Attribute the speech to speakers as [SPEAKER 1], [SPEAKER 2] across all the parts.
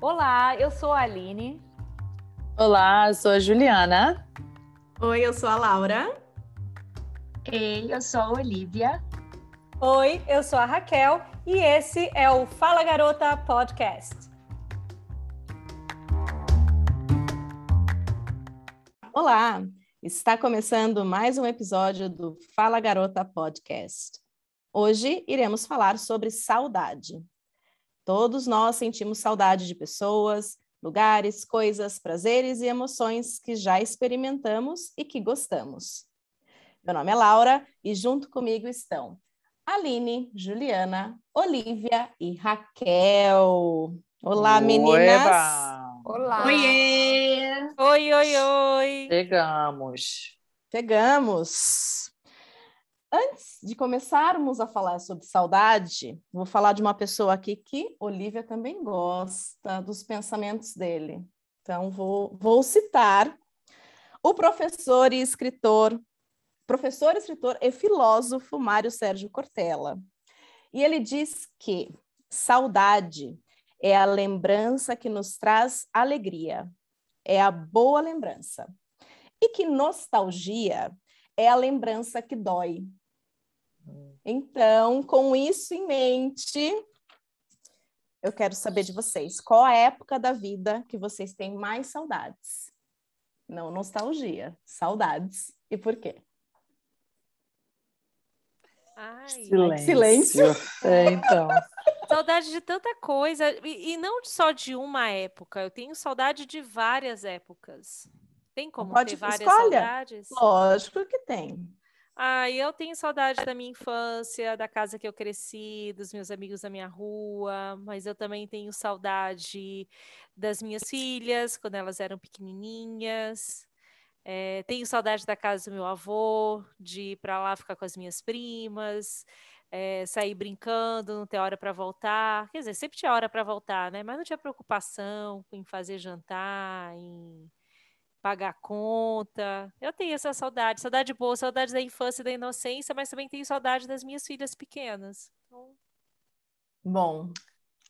[SPEAKER 1] Olá, eu sou a Aline.
[SPEAKER 2] Olá, eu sou a Juliana.
[SPEAKER 3] Oi, eu sou a Laura.
[SPEAKER 4] Ei, eu sou a Olivia.
[SPEAKER 5] Oi, eu sou a Raquel e esse é o Fala Garota Podcast.
[SPEAKER 3] Olá, está começando mais um episódio do Fala Garota Podcast. Hoje iremos falar sobre saudade. Todos nós sentimos saudade de pessoas, lugares, coisas, prazeres e emoções que já experimentamos e que gostamos. Meu nome é Laura e junto comigo estão Aline, Juliana, Olivia e Raquel. Olá,
[SPEAKER 2] Oi,
[SPEAKER 3] meninas!
[SPEAKER 2] Eba.
[SPEAKER 1] Olá.
[SPEAKER 4] Oiê!
[SPEAKER 5] Oi, oi, oi!
[SPEAKER 2] Chegamos.
[SPEAKER 3] Chegamos! Antes de começarmos a falar sobre saudade, vou falar de uma pessoa aqui que Olivia também gosta dos pensamentos dele. Então, vou, vou citar o professor e escritor, professor, escritor e filósofo Mário Sérgio Cortella. E ele diz que saudade é a lembrança que nos traz alegria, é a boa lembrança. E que nostalgia é a lembrança que dói. Então, com isso em mente, eu quero saber de vocês, qual a época da vida que vocês têm mais saudades? Não nostalgia, saudades. E por quê?
[SPEAKER 5] Ai,
[SPEAKER 3] Silêncio.
[SPEAKER 2] É, então.
[SPEAKER 5] saudade de tanta coisa, e, e não só de uma época, eu tenho saudade de várias épocas. Tem como
[SPEAKER 3] Pode-
[SPEAKER 5] ter várias
[SPEAKER 3] escolha.
[SPEAKER 5] saudades?
[SPEAKER 3] Lógico que tem.
[SPEAKER 5] Ai, Ah, eu tenho saudade da minha infância, da casa que eu cresci, dos meus amigos da minha rua, mas eu também tenho saudade das minhas filhas, quando elas eram pequenininhas. Eh, tenho saudade da casa do meu avô, de ir para lá ficar com as minhas primas, eh, sair brincando, não ter hora para voltar. Quer dizer, sempre tinha hora para voltar, né? Mas não tinha preocupação em fazer jantar, em pagar conta. Eu tenho essa saudade, saudade boa, saudade da infância, e da inocência, mas também tenho saudade das minhas filhas pequenas. Então,
[SPEAKER 3] Bom,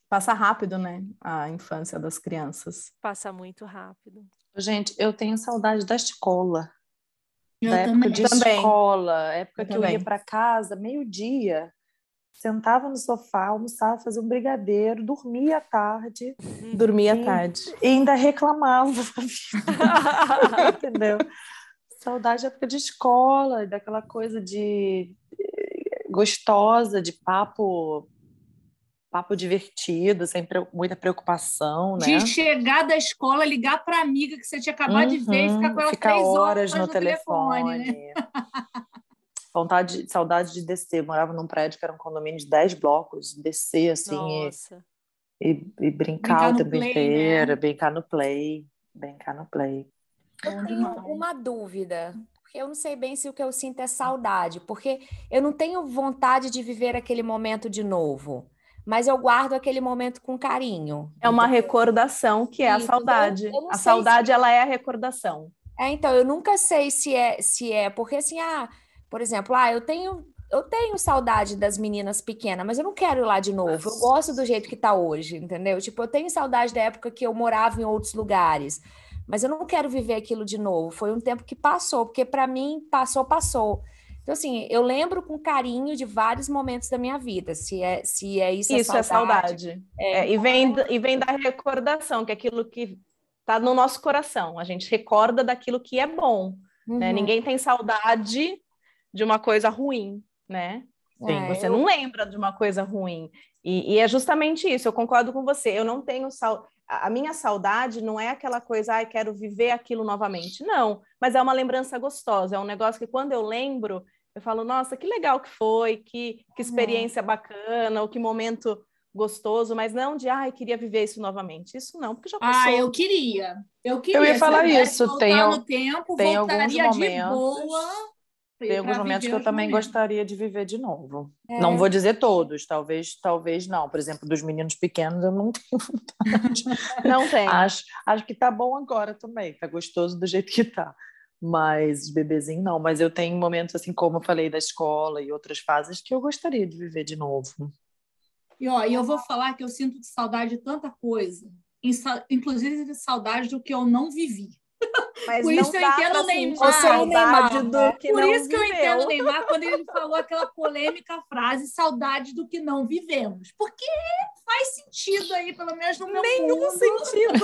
[SPEAKER 3] passa rápido, né? A infância das crianças.
[SPEAKER 5] passa muito rápido.
[SPEAKER 2] Gente, eu tenho saudade da escola.
[SPEAKER 4] Eu
[SPEAKER 2] da época
[SPEAKER 4] também.
[SPEAKER 2] de
[SPEAKER 3] Também.
[SPEAKER 2] escola, época
[SPEAKER 3] Eu
[SPEAKER 2] que eu
[SPEAKER 3] também.
[SPEAKER 2] ia para casa, meio-dia, sentava no sofá, almoçava, fazia um brigadeiro, dormia à tarde
[SPEAKER 3] Dormia
[SPEAKER 2] Sim.
[SPEAKER 3] à tarde.
[SPEAKER 2] e ainda reclamava da vida, entendeu? Saudade da época de escola, daquela coisa de eh, gostosa, de papo papo divertido, sem pre- muita preocupação, né?
[SPEAKER 4] De chegar da escola, ligar pra amiga que você tinha acabado de ver e ficar com ela
[SPEAKER 2] Fica
[SPEAKER 4] três
[SPEAKER 2] Uhum. horas
[SPEAKER 4] horas,
[SPEAKER 2] no, telefone.
[SPEAKER 4] né?
[SPEAKER 2] Vontade, de- saudade de descer. Eu morava num prédio que era um condomínio de 10 blocos, descer assim e,
[SPEAKER 5] Nossa.
[SPEAKER 2] e- e brincar,
[SPEAKER 4] Brincar
[SPEAKER 2] o
[SPEAKER 4] no
[SPEAKER 2] tempo
[SPEAKER 4] play, né?
[SPEAKER 2] inteiro, brincar no play, brincar no play.
[SPEAKER 4] Bom
[SPEAKER 6] Eu tenho
[SPEAKER 4] demais.
[SPEAKER 6] uma dúvida, porque eu não sei bem se o que eu sinto é saudade, porque eu não tenho vontade de viver aquele momento de novo, mas eu guardo aquele momento com carinho.
[SPEAKER 3] É uma
[SPEAKER 6] Então,
[SPEAKER 3] recordação que é a
[SPEAKER 6] Isso,
[SPEAKER 3] saudade.
[SPEAKER 6] eu- eu não
[SPEAKER 3] A
[SPEAKER 6] sei
[SPEAKER 3] saudade, ela é a recordação.
[SPEAKER 6] É, então, eu nunca sei se é, se é, porque assim, ah, por exemplo, ah, eu tenho, eu tenho saudade das meninas pequenas, mas eu não quero ir lá de novo. Eu gosto do jeito que tá hoje, entendeu? Tipo, eu tenho saudade da época que eu morava em outros lugares, mas eu não quero viver aquilo de novo. Foi um tempo que passou, porque para mim passou, passou. Então, assim, eu lembro com carinho de vários momentos da minha vida. Se é, se é isso,
[SPEAKER 3] Isso é saudade. É, e, vem, e vem da recordação, que é aquilo que está no nosso coração. A gente recorda daquilo que é bom. né?
[SPEAKER 6] Uhum.
[SPEAKER 3] Ninguém tem saudade de uma coisa ruim, né?
[SPEAKER 2] Sim.
[SPEAKER 6] É,
[SPEAKER 3] Você não lembra de uma coisa ruim. E, e é justamente isso, eu concordo com você. Eu não tenho sal... A a minha saudade não é aquela coisa, ai, quero viver aquilo novamente. Não, mas é uma lembrança gostosa, é um negócio que quando eu lembro, eu falo, nossa, que legal que foi, que,
[SPEAKER 4] É.
[SPEAKER 3] que experiência bacana, ou que momento gostoso, mas não de, ai, queria viver isso novamente. Isso não, porque já passou.
[SPEAKER 4] Ah, eu queria. Eu queria.
[SPEAKER 2] Eu ia falar
[SPEAKER 4] Se pudesse
[SPEAKER 2] isso,
[SPEAKER 4] voltar
[SPEAKER 2] tem al-
[SPEAKER 4] no tempo,
[SPEAKER 2] tem alguns
[SPEAKER 4] voltaria de
[SPEAKER 2] momentos-
[SPEAKER 4] boa.
[SPEAKER 2] Tem alguns momentos que eu também gostaria de viver de novo.
[SPEAKER 6] é.
[SPEAKER 2] Não vou dizer todos, talvez, talvez não. Por exemplo, dos meninos pequenos eu não tenho vontade.
[SPEAKER 3] né, Não
[SPEAKER 4] É.
[SPEAKER 3] tem.
[SPEAKER 2] acho, acho que tá bom agora também, tá gostoso do jeito que tá. Mas os bebezinhos não, mas eu tenho momentos assim, como eu falei da escola e outras fases que eu gostaria de viver de novo.
[SPEAKER 4] E ó, e eu vou falar que eu sinto saudade de tanta coisa. em sa- inclusive saudade do que eu não vivi.
[SPEAKER 7] Mas
[SPEAKER 4] Por
[SPEAKER 7] não
[SPEAKER 4] isso eu
[SPEAKER 7] dá
[SPEAKER 4] entendo
[SPEAKER 7] pra
[SPEAKER 4] o Neymar.
[SPEAKER 7] sentir
[SPEAKER 6] Você é o
[SPEAKER 7] saudade
[SPEAKER 6] Neymar,
[SPEAKER 7] do
[SPEAKER 6] né?
[SPEAKER 7] que
[SPEAKER 4] Por
[SPEAKER 7] não
[SPEAKER 4] isso que eu
[SPEAKER 7] viveu.
[SPEAKER 4] entendo o Neymar quando ele falou aquela polêmica frase saudade do que não vivemos. Porque faz sentido aí, pelo menos no meu Nenhum
[SPEAKER 7] sentido.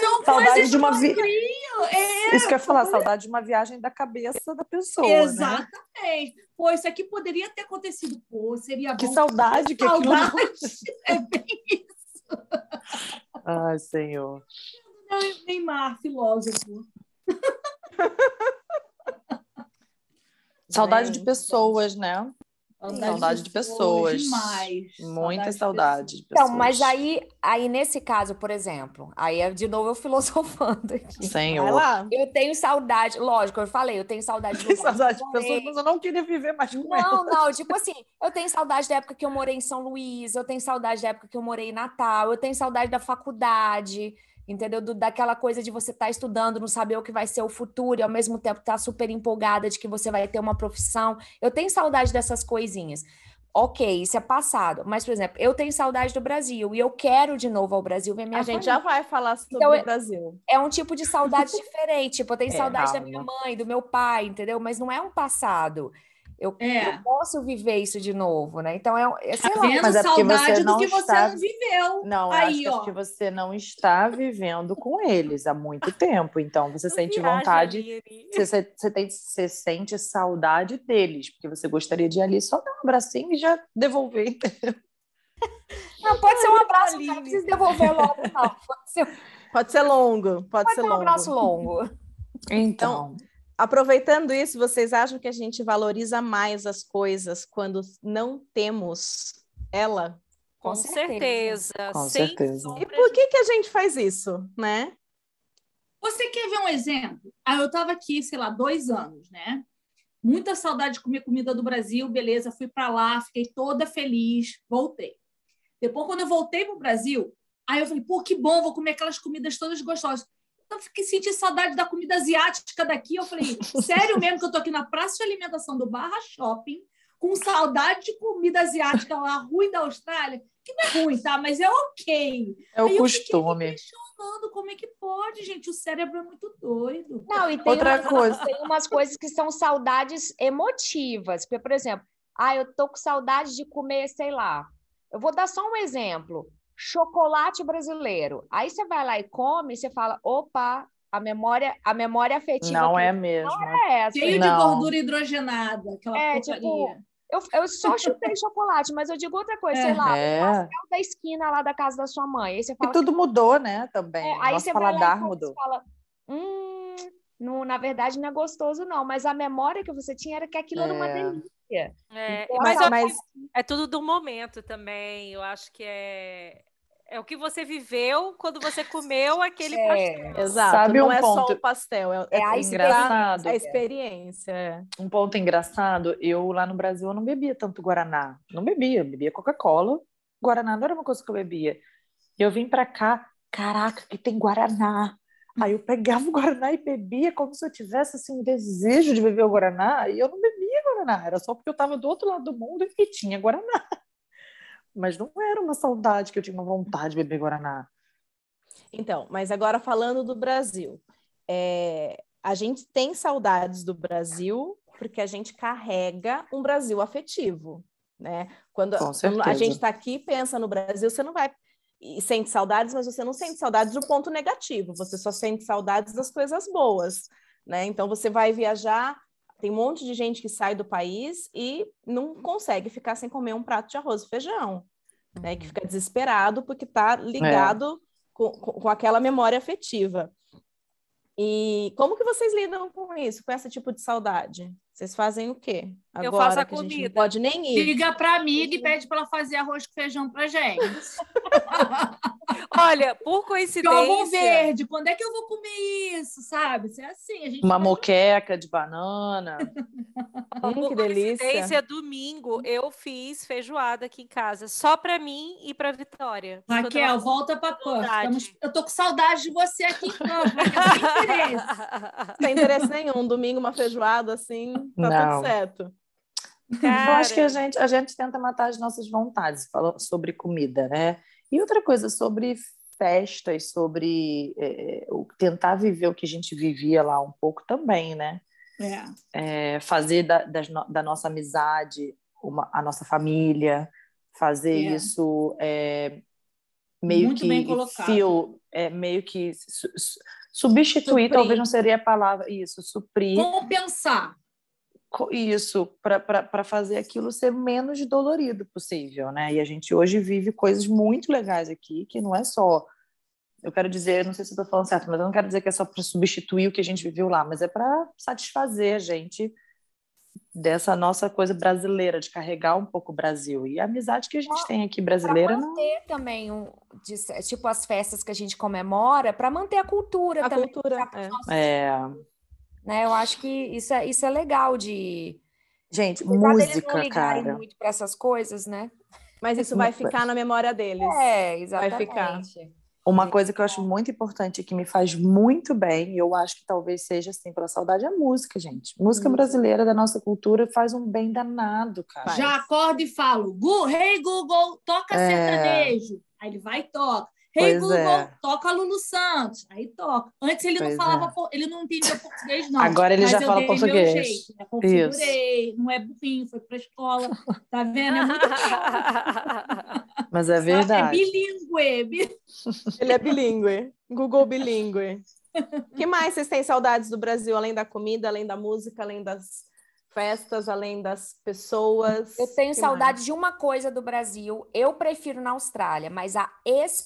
[SPEAKER 4] São
[SPEAKER 2] Saudade
[SPEAKER 4] coisas
[SPEAKER 2] de uma
[SPEAKER 4] que eu
[SPEAKER 2] vi-
[SPEAKER 4] crio. É,
[SPEAKER 2] Isso que eu ia falar, saudade de uma viagem da cabeça da pessoa. né?
[SPEAKER 4] exatamente. Pô, isso aqui poderia ter acontecido. Pô, seria
[SPEAKER 2] Que
[SPEAKER 4] bom.
[SPEAKER 2] saudade que aquilo-
[SPEAKER 4] saudade. É bem isso,
[SPEAKER 2] Ai, senhor.
[SPEAKER 4] né, Neymar, filósofo.
[SPEAKER 2] Saudade de
[SPEAKER 3] Gente.
[SPEAKER 2] pessoas, né? Saudade de pessoas.
[SPEAKER 4] Demais.
[SPEAKER 2] Muita
[SPEAKER 4] Saudade
[SPEAKER 2] saudade
[SPEAKER 4] de
[SPEAKER 2] de pessoas.
[SPEAKER 6] Então, mas aí, aí nesse caso, por exemplo, aí é de novo eu filosofando aqui.
[SPEAKER 3] Vai
[SPEAKER 2] Senhor.
[SPEAKER 3] lá.
[SPEAKER 6] Eu tenho saudade, lógico, eu falei, eu tenho saudade de
[SPEAKER 2] Tem Ah.
[SPEAKER 6] lugares
[SPEAKER 2] saudade
[SPEAKER 6] que eu
[SPEAKER 2] de pessoas,
[SPEAKER 6] morei.
[SPEAKER 2] mas eu não queria viver mais com ela.
[SPEAKER 6] Não, não, tipo assim, eu tenho saudade da época que eu morei em São Luís, eu tenho saudade da época que eu morei em Natal, eu tenho saudade da faculdade, entendeu? Do- daquela coisa de você estar estudando, não saber o que vai ser o futuro e ao mesmo tempo estar super empolgada de que você vai ter uma profissão. Eu tenho saudade dessas coisinhas. Ok, isso é passado. Mas, por exemplo, eu tenho saudade do Brasil e eu quero de novo ao Brasil ver minha
[SPEAKER 3] A gente
[SPEAKER 6] família
[SPEAKER 3] já vai falar sobre
[SPEAKER 6] Então,
[SPEAKER 3] o Brasil.
[SPEAKER 6] é um tipo de saudade diferente. Tipo, eu tenho
[SPEAKER 2] É,
[SPEAKER 6] saudade da
[SPEAKER 2] calma.
[SPEAKER 6] minha mãe, do meu pai, entendeu? Mas não é um passado. Eu,
[SPEAKER 4] É.
[SPEAKER 6] eu posso viver isso de novo, né? Então é, um- é sei
[SPEAKER 4] Tá
[SPEAKER 6] lá.
[SPEAKER 4] vendo?
[SPEAKER 2] mas é porque
[SPEAKER 4] saudade
[SPEAKER 2] você
[SPEAKER 4] do
[SPEAKER 2] não
[SPEAKER 4] que você
[SPEAKER 2] está-
[SPEAKER 4] não viveu.
[SPEAKER 2] Não, eu
[SPEAKER 4] Aí,
[SPEAKER 2] acho que é
[SPEAKER 4] ó.
[SPEAKER 2] porque você não está vivendo com eles há muito tempo. Então, você sente vontade. Você, você- você tem, você sente saudade deles, porque você gostaria de ir ali só dar um abracinho e já devolver. entendeu?
[SPEAKER 6] Não, pode ser um abraço, cara, não precisa devolver logo, não. Pode ser,
[SPEAKER 3] Pode ser longo, pode,
[SPEAKER 6] pode
[SPEAKER 3] ser
[SPEAKER 6] ser um
[SPEAKER 3] longo.
[SPEAKER 6] abraço longo.
[SPEAKER 2] Então,
[SPEAKER 3] Aproveitando isso, vocês acham que a gente valoriza mais as coisas quando não temos ela?
[SPEAKER 5] Com
[SPEAKER 6] Com certeza.
[SPEAKER 5] certeza.
[SPEAKER 2] Com
[SPEAKER 5] sem
[SPEAKER 2] certeza.
[SPEAKER 5] sombra
[SPEAKER 3] E por que que a gente faz isso, né?
[SPEAKER 4] Você quer ver um exemplo? Ah, eu estava aqui, sei lá, dois anos, né? Muita saudade de comer comida do Brasil, beleza, fui para lá, fiquei toda feliz, voltei. Depois, quando eu voltei para o Brasil, aí eu falei, pô, que bom, vou comer aquelas comidas todas gostosas. Então, eu fiquei senti saudade da comida asiática daqui. Eu falei, sério mesmo que eu tô aqui na praça de alimentação do Barra Shopping, com saudade de comida asiática lá, ruim da Austrália, que não é ruim, tá? Mas é ok.
[SPEAKER 2] é o
[SPEAKER 4] Aí eu fiquei
[SPEAKER 2] costume.
[SPEAKER 4] questionando como é que pode, gente. O cérebro é muito doido.
[SPEAKER 6] Não, e tem,
[SPEAKER 2] Outra
[SPEAKER 6] umas,
[SPEAKER 2] coisa.
[SPEAKER 6] tem umas coisas que são saudades emotivas. Porque, por exemplo, ah, eu tô com saudade de comer, sei lá. Eu vou dar só um exemplo: chocolate brasileiro. Aí você vai lá e come, você fala: opa, a memória, a memória afetiva.
[SPEAKER 2] Não
[SPEAKER 6] que
[SPEAKER 2] é mesmo.
[SPEAKER 6] eu tenho é essa.
[SPEAKER 4] Cheio de
[SPEAKER 2] Assim, Não.
[SPEAKER 4] gordura hidrogenada, aquela
[SPEAKER 6] É,
[SPEAKER 4] porcaria.
[SPEAKER 6] tipo, Eu, eu só chutei chocolate, mas eu digo outra coisa, sei lá, o
[SPEAKER 2] É.
[SPEAKER 6] pastel da esquina lá da casa da sua mãe. Aí você
[SPEAKER 2] E
[SPEAKER 6] fala.
[SPEAKER 2] tudo mudou, né? Também.
[SPEAKER 6] É, aí
[SPEAKER 2] Nosso
[SPEAKER 6] você vai lá
[SPEAKER 2] paladar
[SPEAKER 6] e come, você
[SPEAKER 2] mudou.
[SPEAKER 6] fala, hum, não, na verdade não é gostoso não, mas a memória que você tinha era que aquilo era uma
[SPEAKER 2] É.
[SPEAKER 6] delícia.
[SPEAKER 5] É,
[SPEAKER 6] Então,
[SPEAKER 5] mas,
[SPEAKER 3] Mas-
[SPEAKER 5] ó,
[SPEAKER 3] ah, mas
[SPEAKER 5] é tudo do momento também. Eu acho que é, é o que você viveu quando você comeu aquele
[SPEAKER 6] É.
[SPEAKER 5] pastel.
[SPEAKER 3] Exato,
[SPEAKER 2] Sabe
[SPEAKER 3] não
[SPEAKER 2] um
[SPEAKER 3] é só
[SPEAKER 2] ponto-
[SPEAKER 3] o pastel, é,
[SPEAKER 6] É a
[SPEAKER 3] engraçado,
[SPEAKER 6] experiência.
[SPEAKER 3] a experiência. é.
[SPEAKER 2] Um ponto engraçado, eu lá no Brasil eu não bebia tanto Guaraná. Não bebia, eu bebia Coca-Cola. Guaraná não era uma coisa que eu bebia. E eu vim pra cá, caraca, que tem Guaraná. Aí eu pegava o Guaraná e bebia como se eu tivesse assim, um desejo de beber o Guaraná. E eu não bebia Guaraná, era só porque eu estava do outro lado do mundo e tinha Guaraná. Mas não era uma saudade que eu tinha uma vontade de beber Guaraná.
[SPEAKER 3] Então, mas agora falando do Brasil, é, a gente tem saudades do Brasil porque a gente carrega um Brasil afetivo, né? Quando,
[SPEAKER 2] Com
[SPEAKER 3] quando a
[SPEAKER 2] certeza.
[SPEAKER 3] gente está aqui e pensa no Brasil, você não vai e sente saudades, mas você não sente saudades do ponto negativo, você só sente saudades das coisas boas, né? Então você vai viajar, tem um monte de gente que sai do país e não consegue ficar sem comer um prato de arroz e feijão, né? Que fica desesperado porque está ligado com, com com aquela memória afetiva. E como que vocês lidam com isso, com esse tipo de saudade? Vocês fazem o quê? Agora
[SPEAKER 5] Eu faço a
[SPEAKER 3] que gente não
[SPEAKER 5] comida.
[SPEAKER 3] pode nem ir.
[SPEAKER 4] Liga pra amiga e pede pra ela fazer arroz com feijão pra gente.
[SPEAKER 5] Olha, por
[SPEAKER 4] Jogo
[SPEAKER 5] coincidência.
[SPEAKER 4] verde, quando é que eu vou comer isso, sabe? Isso é assim, a gente...
[SPEAKER 2] Uma
[SPEAKER 4] vai-
[SPEAKER 2] moqueca de banana.
[SPEAKER 3] Hum, que
[SPEAKER 5] Por
[SPEAKER 3] delícia.
[SPEAKER 5] coincidência, domingo eu fiz feijoada aqui em casa, só pra mim e pra Vitória. porque eu
[SPEAKER 4] Raquel,
[SPEAKER 5] tava-
[SPEAKER 4] volta pra PAN.
[SPEAKER 5] Saudade.
[SPEAKER 4] Estamos- Eu tô com saudade de você aqui em campo. Raquel, sem interesse.
[SPEAKER 3] Sem interesse nenhum. um Domingo, uma feijoada assim, tá
[SPEAKER 2] Não.
[SPEAKER 3] tudo certo.
[SPEAKER 2] Então, Eu acho que a
[SPEAKER 5] Cara,
[SPEAKER 2] gente, a gente tenta matar as nossas vontades falando sobre comida, né? E outra coisa sobre festas, sobre é, o- tentar viver o que a gente vivia lá um pouco também, né?
[SPEAKER 4] É.
[SPEAKER 2] É, fazer da, das no- da nossa amizade uma- a nossa família, fazer
[SPEAKER 4] É.
[SPEAKER 2] isso é, meio
[SPEAKER 4] Muito
[SPEAKER 2] que
[SPEAKER 4] bem colocado.
[SPEAKER 2] fio, é, meio que su- su- substituir,
[SPEAKER 4] Suprir.
[SPEAKER 2] talvez não seria a palavra isso, suprir
[SPEAKER 4] Compensar.
[SPEAKER 2] co- isso para fazer aquilo ser menos dolorido possível, né? E a gente hoje vive coisas muito legais aqui, que não é só. Eu quero dizer, não sei se estou falando certo, mas eu não quero dizer que é só para substituir o que a gente viveu lá, mas é para satisfazer a gente dessa nossa coisa brasileira, de carregar um pouco o Brasil. E a amizade que a gente tem aqui brasileira, não.
[SPEAKER 6] manter também um, de ce- tipo as festas que a gente comemora para manter a cultura
[SPEAKER 3] A
[SPEAKER 6] também,
[SPEAKER 3] cultura, é.
[SPEAKER 2] É...
[SPEAKER 6] né? Eu acho que isso é, isso é legal de
[SPEAKER 2] Gente,
[SPEAKER 6] apesar deles não
[SPEAKER 2] música,
[SPEAKER 6] ligarem
[SPEAKER 2] cara.
[SPEAKER 6] muito para essas coisas, né?
[SPEAKER 3] Mas isso vai ficar na memória deles.
[SPEAKER 6] É,
[SPEAKER 3] Vai ficar.
[SPEAKER 6] exatamente.
[SPEAKER 2] Uma coisa que eu acho muito importante, e que me faz muito bem, e eu acho que talvez seja assim pela saudade, é a música, gente. Música brasileira da nossa cultura faz um bem danado, cara.
[SPEAKER 4] Já acordo e falo, Gu, hey Google, toca
[SPEAKER 2] É.
[SPEAKER 4] sertanejo. Aí ele vai e toca.
[SPEAKER 2] Pois
[SPEAKER 4] Hey Google,
[SPEAKER 2] é.
[SPEAKER 4] toca Lulu Santos. Aí toca. Antes ele
[SPEAKER 2] Pois é.
[SPEAKER 4] não falava, por- ele não entendia português, não.
[SPEAKER 2] Agora ele
[SPEAKER 4] Mas
[SPEAKER 2] já
[SPEAKER 4] eu
[SPEAKER 2] fala
[SPEAKER 4] dei meu
[SPEAKER 2] português.
[SPEAKER 4] jeito, né? Configurei, não é burrinho, foi pra escola. Tá vendo? É muito bom.
[SPEAKER 2] Mas é
[SPEAKER 4] É
[SPEAKER 2] verdade.
[SPEAKER 4] bilíngue. bi-
[SPEAKER 3] Ele é bilíngue. Google bilíngue. O que mais vocês têm saudades do Brasil, além da comida, além da música, além das festas, além das pessoas?
[SPEAKER 6] Eu tenho
[SPEAKER 3] Que
[SPEAKER 6] saudade de uma coisa do Brasil. Eu prefiro na Austrália, mas a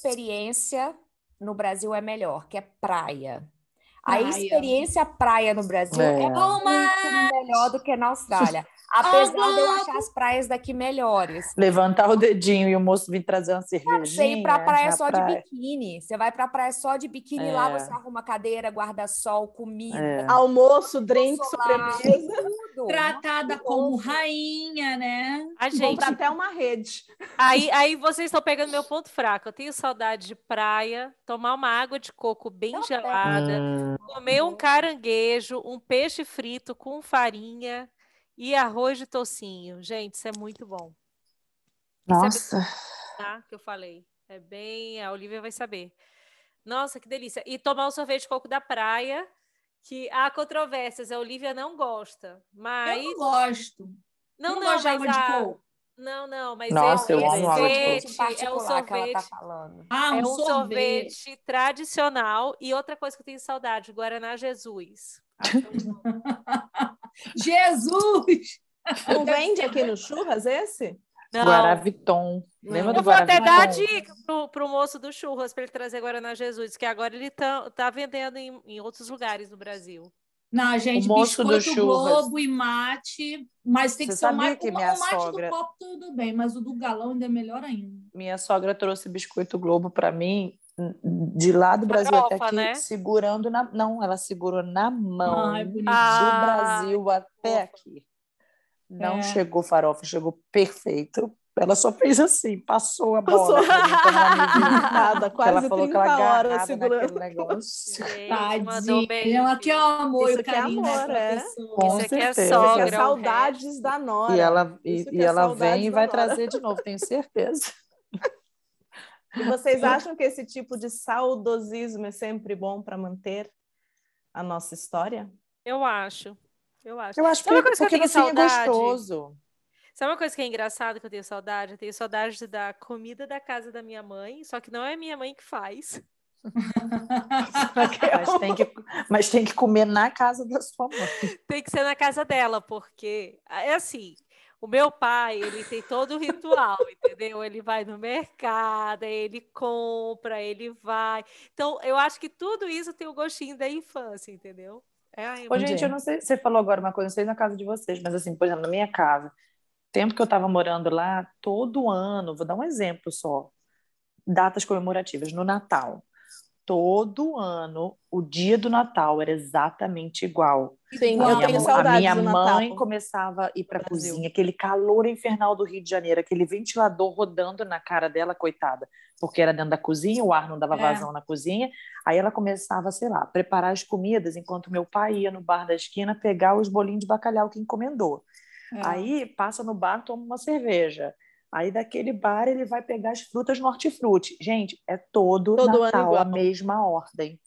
[SPEAKER 6] experiência no Brasil é melhor, que é praia. A
[SPEAKER 4] Praia.
[SPEAKER 6] experiência praia no Brasil
[SPEAKER 2] É.
[SPEAKER 6] é,
[SPEAKER 4] Oh, my
[SPEAKER 6] muito melhor do que na Austrália.
[SPEAKER 5] Ah,
[SPEAKER 6] Apesar de eu achar as praias daqui melhores.
[SPEAKER 2] Levantar o dedinho e o moço vir trazer uma cervejinha.
[SPEAKER 6] Você ir pra praia é
[SPEAKER 2] já
[SPEAKER 6] só de
[SPEAKER 2] praia.
[SPEAKER 6] biquíni. Você vai pra praia só de biquíni, lá
[SPEAKER 2] É.
[SPEAKER 6] você arruma cadeira, guarda-sol, comida,
[SPEAKER 2] É.
[SPEAKER 3] Almoço, drink,
[SPEAKER 6] solar,
[SPEAKER 3] sobremesa.
[SPEAKER 6] tudo.
[SPEAKER 4] tratada como
[SPEAKER 6] Maravilhoso.
[SPEAKER 4] rainha, né?
[SPEAKER 3] A
[SPEAKER 5] gente-
[SPEAKER 3] Compra até uma rede.
[SPEAKER 5] Aí, aí vocês estão pegando meu ponto fraco. Eu tenho saudade de praia, tomar uma água de coco bem
[SPEAKER 6] Também.
[SPEAKER 5] gelada,
[SPEAKER 2] Hum,
[SPEAKER 3] Ah.
[SPEAKER 5] comer um caranguejo, um peixe frito com farinha e arroz de tocinho. Gente, isso é muito bom,
[SPEAKER 2] nossa,
[SPEAKER 5] é tá? Que eu falei. É bem, a Olivia vai saber. Nossa, que delícia. E tomar um sorvete de coco da praia, que há controvérsias, a Olivia não gosta,
[SPEAKER 4] Eu
[SPEAKER 5] mas
[SPEAKER 4] não gosto.
[SPEAKER 5] não,
[SPEAKER 4] não,
[SPEAKER 5] não,
[SPEAKER 4] gosto de água
[SPEAKER 5] mas
[SPEAKER 4] de
[SPEAKER 5] a-
[SPEAKER 4] coco.
[SPEAKER 5] Não, não, mas
[SPEAKER 2] Nossa,
[SPEAKER 5] é
[SPEAKER 2] eu
[SPEAKER 5] um
[SPEAKER 2] amo água de coco.
[SPEAKER 5] sorvete, é um
[SPEAKER 6] particular que ela tá
[SPEAKER 5] sorvete.
[SPEAKER 6] falando.
[SPEAKER 4] Ah, um,
[SPEAKER 5] É um
[SPEAKER 4] sorvete.
[SPEAKER 5] sorvete. tradicional. E outra coisa que eu tenho saudade, Guaraná Jesus.
[SPEAKER 4] Jesus!
[SPEAKER 3] Não Um vende aqui no Churras esse?
[SPEAKER 5] Não,
[SPEAKER 2] Guaraviton. Lembra do é
[SPEAKER 5] eu vou até
[SPEAKER 2] Guaraviton?
[SPEAKER 5] dar a dica pro, pro moço do churras para ele trazer Guaraná Jesus, que agora ele tá, tá vendendo em, em outros lugares no Brasil.
[SPEAKER 4] Não, gente,
[SPEAKER 2] O moço do
[SPEAKER 4] biscoito
[SPEAKER 2] Churras.
[SPEAKER 4] Globo e mate, mas tem que
[SPEAKER 2] Você
[SPEAKER 4] ser o
[SPEAKER 2] sabia
[SPEAKER 4] mate,
[SPEAKER 2] que
[SPEAKER 4] o,
[SPEAKER 2] minha
[SPEAKER 4] o mate
[SPEAKER 2] sogra-
[SPEAKER 4] do copo tudo bem, mas o do galão ainda é melhor ainda.
[SPEAKER 2] Minha sogra trouxe biscoito Globo para mim de lá do Brasil
[SPEAKER 5] Farofa,
[SPEAKER 2] até aqui,
[SPEAKER 5] né?
[SPEAKER 2] segurando na não, ela segurou na mão
[SPEAKER 4] Ai, bonito.
[SPEAKER 5] Ah,
[SPEAKER 2] do Brasil até aqui. Não
[SPEAKER 4] É.
[SPEAKER 2] chegou farofa, chegou perfeito. Ela só fez assim, passou a
[SPEAKER 3] Passou.
[SPEAKER 2] bola. pra mim, pra uma amiguinha.
[SPEAKER 3] Nada,
[SPEAKER 2] ela
[SPEAKER 3] quase
[SPEAKER 2] falou que
[SPEAKER 3] 30
[SPEAKER 2] ela
[SPEAKER 3] horas
[SPEAKER 2] agarrava
[SPEAKER 3] segurando.
[SPEAKER 2] naquele negócio.
[SPEAKER 5] Gente, mandou
[SPEAKER 4] Tadinha.
[SPEAKER 5] bem.
[SPEAKER 4] Ela que é o amor e
[SPEAKER 3] Isso
[SPEAKER 4] o
[SPEAKER 3] que é
[SPEAKER 4] carinho
[SPEAKER 3] amor,
[SPEAKER 4] dessa
[SPEAKER 3] é.
[SPEAKER 4] pessoa.
[SPEAKER 2] Com
[SPEAKER 5] Isso aqui é
[SPEAKER 2] certeza.
[SPEAKER 3] Isso
[SPEAKER 5] sogra,
[SPEAKER 3] é saudades da Nora.
[SPEAKER 2] um E ela,
[SPEAKER 3] Isso
[SPEAKER 2] e,
[SPEAKER 3] que
[SPEAKER 2] e
[SPEAKER 3] é
[SPEAKER 2] ela
[SPEAKER 3] saudades
[SPEAKER 2] vem e
[SPEAKER 3] da
[SPEAKER 2] vai
[SPEAKER 3] Nora.
[SPEAKER 2] trazer de novo, tenho certeza.
[SPEAKER 3] E vocês acham que esse tipo de saudosismo é sempre bom para manter a nossa história?
[SPEAKER 5] Eu acho. Eu acho.
[SPEAKER 2] Eu acho
[SPEAKER 5] Sabe
[SPEAKER 2] que
[SPEAKER 5] uma coisa que eu
[SPEAKER 2] porque
[SPEAKER 5] tenho
[SPEAKER 2] no fim é
[SPEAKER 5] saudade?
[SPEAKER 2] gostoso.
[SPEAKER 5] Sabe uma coisa que é engraçada que eu tenho saudade? Eu tenho saudade da comida da casa da minha mãe, só que não é minha mãe que faz.
[SPEAKER 2] Mas tem, que, mas tem que comer na casa da sua mãe.
[SPEAKER 5] Tem que ser na casa dela, porque é assim. O meu pai, ele tem todo o ritual, entendeu? Ele vai no mercado, aí ele compra, ele vai. Então, eu acho que tudo isso tem o gostinho da infância, entendeu? É, é
[SPEAKER 2] Ô,
[SPEAKER 5] muito
[SPEAKER 2] gente,
[SPEAKER 3] Entendi.
[SPEAKER 2] eu não sei, você falou agora uma coisa, não sei na casa de vocês, mas assim, por exemplo, na minha casa, tempo que eu estava morando lá, todo ano, vou dar um exemplo só, datas comemorativas, no Natal. Todo ano, o dia do Natal era exatamente igual.
[SPEAKER 3] Sim,
[SPEAKER 4] Igual.
[SPEAKER 3] eu
[SPEAKER 2] a
[SPEAKER 3] tenho
[SPEAKER 2] minha,
[SPEAKER 3] saudades
[SPEAKER 2] a minha
[SPEAKER 3] do Natal.
[SPEAKER 2] mãe começava a ir para a
[SPEAKER 3] Brasil.
[SPEAKER 2] cozinha, aquele calor infernal do Rio de Janeiro, aquele ventilador rodando na cara dela, coitada, porque era dentro da cozinha, o ar não dava
[SPEAKER 4] É.
[SPEAKER 2] vazão na cozinha. Aí ela começava, sei lá, a preparar as comidas enquanto meu pai ia no bar da esquina pegar os bolinhos de bacalhau que encomendou.
[SPEAKER 4] É.
[SPEAKER 2] Aí passa no bar, toma uma cerveja. Aí daquele bar ele vai pegar as frutas no hortifruti. Gente, é todo,
[SPEAKER 3] Todo ano
[SPEAKER 2] Natal
[SPEAKER 3] igual.
[SPEAKER 2] a mesma ordem.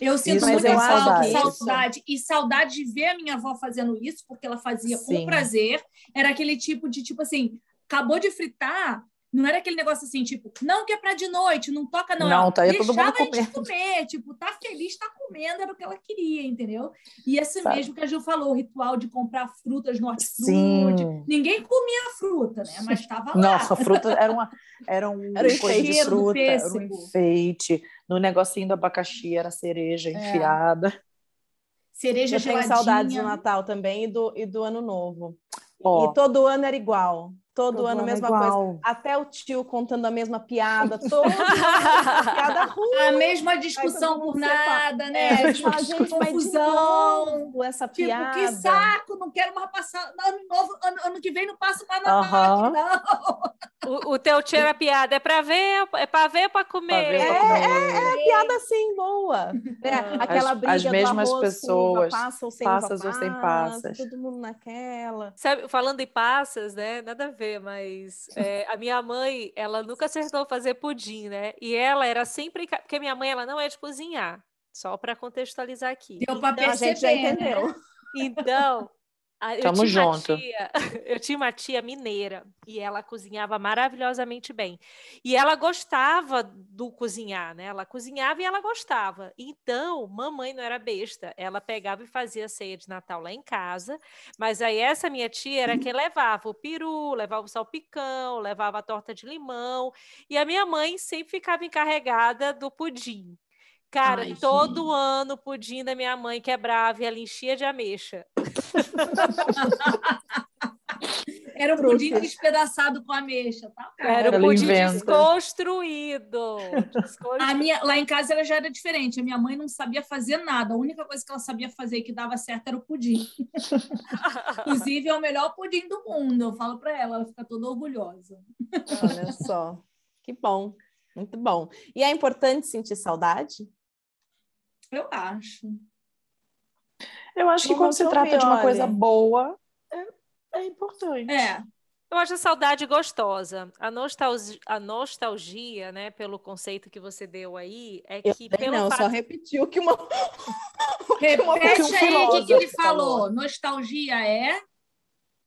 [SPEAKER 4] Eu sinto
[SPEAKER 2] Isso, mas
[SPEAKER 4] muita
[SPEAKER 2] eu
[SPEAKER 4] falta,
[SPEAKER 2] acho
[SPEAKER 4] saudade.
[SPEAKER 2] isso.
[SPEAKER 4] E saudade de ver a minha avó fazendo isso, porque ela fazia com
[SPEAKER 2] Sim.
[SPEAKER 4] prazer. Era aquele tipo de, tipo assim, acabou de fritar, não era aquele negócio assim, tipo, não que é pra de noite, não toca não.
[SPEAKER 2] Não,
[SPEAKER 4] Ela
[SPEAKER 2] tá aí todo
[SPEAKER 4] deixava
[SPEAKER 2] mundo
[SPEAKER 4] a gente comer, tipo, tá feliz, tá comendo, era o que ela queria, entendeu? E esse
[SPEAKER 2] Sabe.
[SPEAKER 4] mesmo que a Ju falou, o ritual de comprar frutas no hortifruti.
[SPEAKER 2] Sim.
[SPEAKER 4] Ninguém comia a fruta, né? Mas tava lá.
[SPEAKER 2] Nossa, fruta era uma era um
[SPEAKER 3] Era o
[SPEAKER 2] coisa de
[SPEAKER 4] cheiro do
[SPEAKER 2] fruta, era um
[SPEAKER 4] pêssego.
[SPEAKER 2] enfeite. No negocinho do abacaxi era cereja enfiada.
[SPEAKER 4] Cereja
[SPEAKER 3] Eu tenho
[SPEAKER 4] geladinha.
[SPEAKER 3] saudades do Natal também e do, e do Ano Novo.
[SPEAKER 2] Ó,
[SPEAKER 3] E todo ano era igual. Todo,
[SPEAKER 2] todo
[SPEAKER 3] ano,
[SPEAKER 2] é
[SPEAKER 3] mesma coisa.
[SPEAKER 2] igual.
[SPEAKER 3] Até o tio contando a mesma piada. Todo ano, piada ruim.
[SPEAKER 4] A mesma discussão por
[SPEAKER 3] mundo separa.
[SPEAKER 4] nada, né?
[SPEAKER 3] É,
[SPEAKER 4] Aquela
[SPEAKER 3] tipo, gente, mas de
[SPEAKER 4] confusão.
[SPEAKER 3] novo essa
[SPEAKER 4] Tipo,
[SPEAKER 3] piada.
[SPEAKER 4] que saco, não quero mais passar. Ano, novo, ano, ano que vem não passo mais Natal aqui, não.
[SPEAKER 5] O, o teu tio era piada. É pra ver, é pra ver, ou pra
[SPEAKER 2] Pra ver,
[SPEAKER 5] comer.
[SPEAKER 2] pra
[SPEAKER 3] É,
[SPEAKER 2] comer.
[SPEAKER 3] Piada assim, boa. né? Aquela
[SPEAKER 2] As-
[SPEAKER 3] briga
[SPEAKER 2] as
[SPEAKER 3] do
[SPEAKER 2] mesmas
[SPEAKER 3] arroz com
[SPEAKER 2] pessoas,
[SPEAKER 3] uva passa ou sem
[SPEAKER 2] passas
[SPEAKER 3] uva
[SPEAKER 2] ou sem
[SPEAKER 3] passa,
[SPEAKER 2] passas.
[SPEAKER 3] Todo mundo naquela.
[SPEAKER 5] Sabe, falando em passas, né? Nada a ver, mas é, a minha mãe, ela nunca acertou fazer pudim, né? E ela era sempre. ca- Porque a minha mãe, ela não é de cozinhar, só para contextualizar aqui. assim,
[SPEAKER 4] Deu pra
[SPEAKER 3] Então, a gente já
[SPEAKER 4] perceber, né?
[SPEAKER 3] entendeu.
[SPEAKER 5] Então, a- eu
[SPEAKER 2] Tamo
[SPEAKER 5] tinha uma
[SPEAKER 2] junto.
[SPEAKER 5] tia- eu tinha uma tia mineira e ela cozinhava maravilhosamente bem. E ela gostava do cozinhar, né? Ela cozinhava e ela gostava. Então, mamãe não era besta. Ela pegava e fazia ceia de Natal lá em casa. Mas aí essa minha tia era quem levava o peru, levava o salpicão, levava a torta de limão. E a minha mãe sempre ficava encarregada do pudim. Cara,
[SPEAKER 4] Ai,
[SPEAKER 5] todo ano o pudim da minha mãe quebrava e ela enchia de ameixa.
[SPEAKER 4] Era um pudim despedaçado com ameixa, tá?
[SPEAKER 5] Era o
[SPEAKER 2] Ela
[SPEAKER 5] pudim
[SPEAKER 2] inventa.
[SPEAKER 5] desconstruído. desconstruído.
[SPEAKER 4] A minha, lá em casa ela já era diferente. A minha mãe não sabia fazer nada. A única coisa que ela sabia fazer que dava certo era o pudim. Inclusive, é o melhor pudim do mundo. Eu falo pra ela, ela fica toda orgulhosa.
[SPEAKER 3] Olha só. Que bom. Muito bom. E é importante sentir saudade?
[SPEAKER 4] Eu acho.
[SPEAKER 2] é. Eu acho que
[SPEAKER 3] Não,
[SPEAKER 2] quando
[SPEAKER 3] não
[SPEAKER 2] se
[SPEAKER 3] são
[SPEAKER 2] trata de uma coisa
[SPEAKER 3] piores.
[SPEAKER 2] boa, é, é importante.
[SPEAKER 4] É.
[SPEAKER 5] Eu acho a saudade gostosa. A nostalgia, a nostalgia, né, pelo conceito que você deu aí, é que
[SPEAKER 3] Bem,
[SPEAKER 5] pelo
[SPEAKER 3] não,
[SPEAKER 5] fato
[SPEAKER 3] só repetiu que uma.
[SPEAKER 4] Repete
[SPEAKER 3] coisa
[SPEAKER 4] aí
[SPEAKER 3] que um
[SPEAKER 4] o que que, ele
[SPEAKER 3] filósofo
[SPEAKER 4] falou.
[SPEAKER 3] falou.
[SPEAKER 4] Nostalgia é?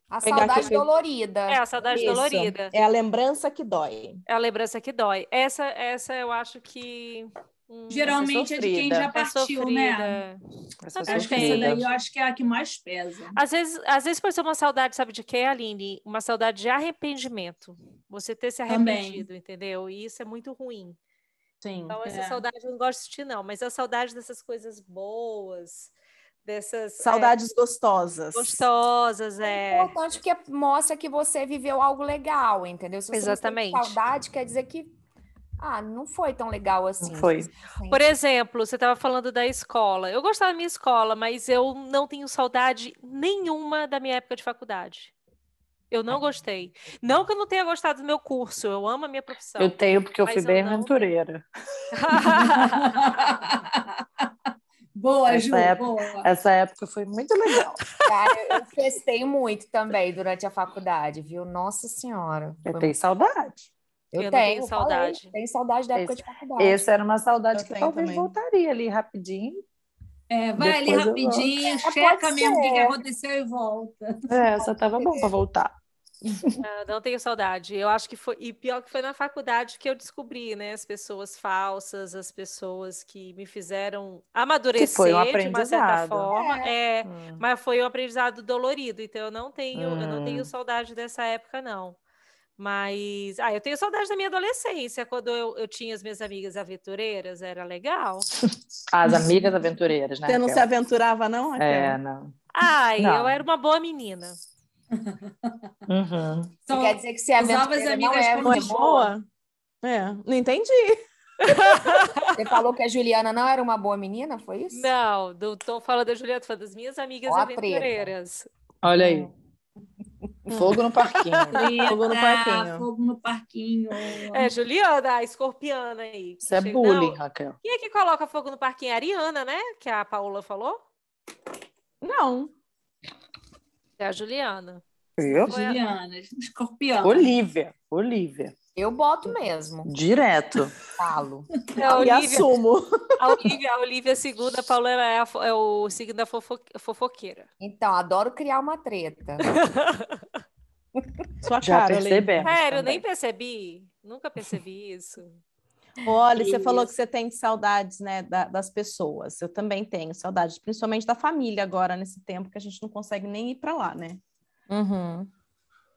[SPEAKER 6] A
[SPEAKER 3] Pegar
[SPEAKER 6] saudade
[SPEAKER 3] aquele-
[SPEAKER 6] dolorida.
[SPEAKER 5] é a saudade
[SPEAKER 3] Isso.
[SPEAKER 5] dolorida.
[SPEAKER 3] É a lembrança que dói.
[SPEAKER 5] É a lembrança que dói. Essa, essa eu acho que hum,
[SPEAKER 4] Geralmente é de quem
[SPEAKER 2] sofrida.
[SPEAKER 4] já
[SPEAKER 5] é
[SPEAKER 4] partiu, né?
[SPEAKER 5] sofrida.
[SPEAKER 2] Essa
[SPEAKER 5] Acho
[SPEAKER 4] Acho que
[SPEAKER 5] Sim.
[SPEAKER 4] essa
[SPEAKER 2] sofrida.
[SPEAKER 4] daí eu acho que é a que mais pesa.
[SPEAKER 5] Às vezes, às vezes pode ser uma saudade, sabe de quê, Aline? Uma saudade de arrependimento. Você ter se
[SPEAKER 4] Também.
[SPEAKER 5] arrependido, entendeu? E isso é muito ruim.
[SPEAKER 3] Sim.
[SPEAKER 5] Então, essa
[SPEAKER 4] É.
[SPEAKER 5] saudade eu não gosto de sentir, não. Mas a saudade dessas coisas boas, dessas é,
[SPEAKER 3] Saudades gostosas.
[SPEAKER 5] gostosas,
[SPEAKER 6] É
[SPEAKER 5] é.
[SPEAKER 6] importante porque mostra que você viveu algo legal, entendeu? Se você não sente
[SPEAKER 5] Exatamente.
[SPEAKER 6] saudade quer dizer que ah, não foi tão legal assim.
[SPEAKER 2] Não foi.
[SPEAKER 6] Assim.
[SPEAKER 5] Por exemplo, você estava falando da escola. Eu gostava da minha escola, mas eu não tenho saudade nenhuma da minha época de faculdade. Eu
[SPEAKER 2] Ah.
[SPEAKER 5] não gostei. Não que eu não tenha gostado do meu curso, eu amo a minha profissão.
[SPEAKER 2] Eu tenho porque eu
[SPEAKER 5] Mas
[SPEAKER 2] fui
[SPEAKER 5] eu
[SPEAKER 2] bem
[SPEAKER 5] não
[SPEAKER 2] aventureira.
[SPEAKER 4] boa,
[SPEAKER 2] Essa
[SPEAKER 4] Ju,
[SPEAKER 2] época-
[SPEAKER 4] boa.
[SPEAKER 2] Essa época foi muito legal.
[SPEAKER 6] Cara, eu- eu festei muito também durante a faculdade, viu? Nossa Senhora.
[SPEAKER 2] Eu
[SPEAKER 6] Foi-
[SPEAKER 2] tenho saudade.
[SPEAKER 6] eu
[SPEAKER 5] Eu não
[SPEAKER 6] tenho,
[SPEAKER 5] tenho
[SPEAKER 6] eu falei,
[SPEAKER 5] saudade.
[SPEAKER 6] tenho saudade da época
[SPEAKER 2] Esse-
[SPEAKER 6] de faculdade.
[SPEAKER 2] Essa era uma saudade
[SPEAKER 3] Eu
[SPEAKER 2] que
[SPEAKER 3] tenho
[SPEAKER 2] talvez
[SPEAKER 3] também.
[SPEAKER 2] voltaria ali rapidinho.
[SPEAKER 4] É, vai ali
[SPEAKER 2] Depois eu volto.
[SPEAKER 4] rapidinho,
[SPEAKER 6] pode
[SPEAKER 4] checa mesmo o que, que
[SPEAKER 6] ser.
[SPEAKER 4] aconteceu e volta.
[SPEAKER 2] É, só tava bom pra voltar.
[SPEAKER 5] Ah, Não tenho saudade. Eu acho que foi. E pior que foi na faculdade que eu descobri, né? As pessoas falsas, as pessoas que me fizeram amadurecer de uma certa
[SPEAKER 2] um aprendizado.
[SPEAKER 5] forma. É, mas foi um aprendizado dolorido. Então eu não tenho, eu não tenho
[SPEAKER 2] Hum.
[SPEAKER 5] saudade dessa época, não. Mas. Ah, eu tenho saudade da minha adolescência, quando eu, eu tinha as minhas amigas aventureiras, era legal.
[SPEAKER 2] As amigas aventureiras, né?
[SPEAKER 3] Você não se
[SPEAKER 2] Raquel?
[SPEAKER 3] aventurava, não, Raquel?
[SPEAKER 2] É, não.
[SPEAKER 5] Ai, eu
[SPEAKER 2] Não.
[SPEAKER 5] era uma boa menina.
[SPEAKER 2] Uhum.
[SPEAKER 6] Então,
[SPEAKER 4] Então,
[SPEAKER 6] quer dizer que se a
[SPEAKER 4] usava as
[SPEAKER 6] aventureira não
[SPEAKER 4] amigas
[SPEAKER 6] é
[SPEAKER 4] como
[SPEAKER 3] Não é
[SPEAKER 6] muito boa.
[SPEAKER 3] boa? É, não entendi.
[SPEAKER 6] Você falou que a Juliana não era uma boa menina, foi isso?
[SPEAKER 5] Não, não tô falando da Juliana, tô falando das minhas amigas
[SPEAKER 6] Ó a treta.
[SPEAKER 5] aventureiras.
[SPEAKER 2] Olha aí. Fogo no parquinho.
[SPEAKER 3] Fogo no
[SPEAKER 4] treta,
[SPEAKER 3] parquinho.
[SPEAKER 4] Fogo no parquinho.
[SPEAKER 5] É, Juliana, a escorpiana aí. que
[SPEAKER 2] Isso é
[SPEAKER 5] chega-
[SPEAKER 2] bullying,
[SPEAKER 5] Não,
[SPEAKER 2] Raquel.
[SPEAKER 5] Quem é que coloca fogo no parquinho? A Ariana, né? Que a Paola falou.
[SPEAKER 3] Não.
[SPEAKER 5] É a Juliana.
[SPEAKER 2] Eu?
[SPEAKER 4] Julianas, escorpião.
[SPEAKER 2] Olivia, Olivia.
[SPEAKER 6] Eu boto mesmo,
[SPEAKER 2] Direto.
[SPEAKER 6] falo.
[SPEAKER 1] É,
[SPEAKER 5] Tá,
[SPEAKER 1] a
[SPEAKER 3] E
[SPEAKER 1] Olivia,
[SPEAKER 3] assumo.
[SPEAKER 1] a Olivia, a Olivia segunda, a Paulana é, a fo- é o signo da fofo- fofoqueira.
[SPEAKER 6] Então, adoro criar uma treta.
[SPEAKER 3] Sua
[SPEAKER 2] Já
[SPEAKER 3] cara, Lê.
[SPEAKER 2] percebemos.
[SPEAKER 1] Sério, eu
[SPEAKER 2] também.
[SPEAKER 1] nem percebi. Nunca percebi isso.
[SPEAKER 3] Olha, você falou que você tem saudades, né, da- das pessoas. Eu também tenho saudades, principalmente da família agora, nesse tempo que a gente não consegue nem ir para lá, né?
[SPEAKER 6] Uhum.
[SPEAKER 3] O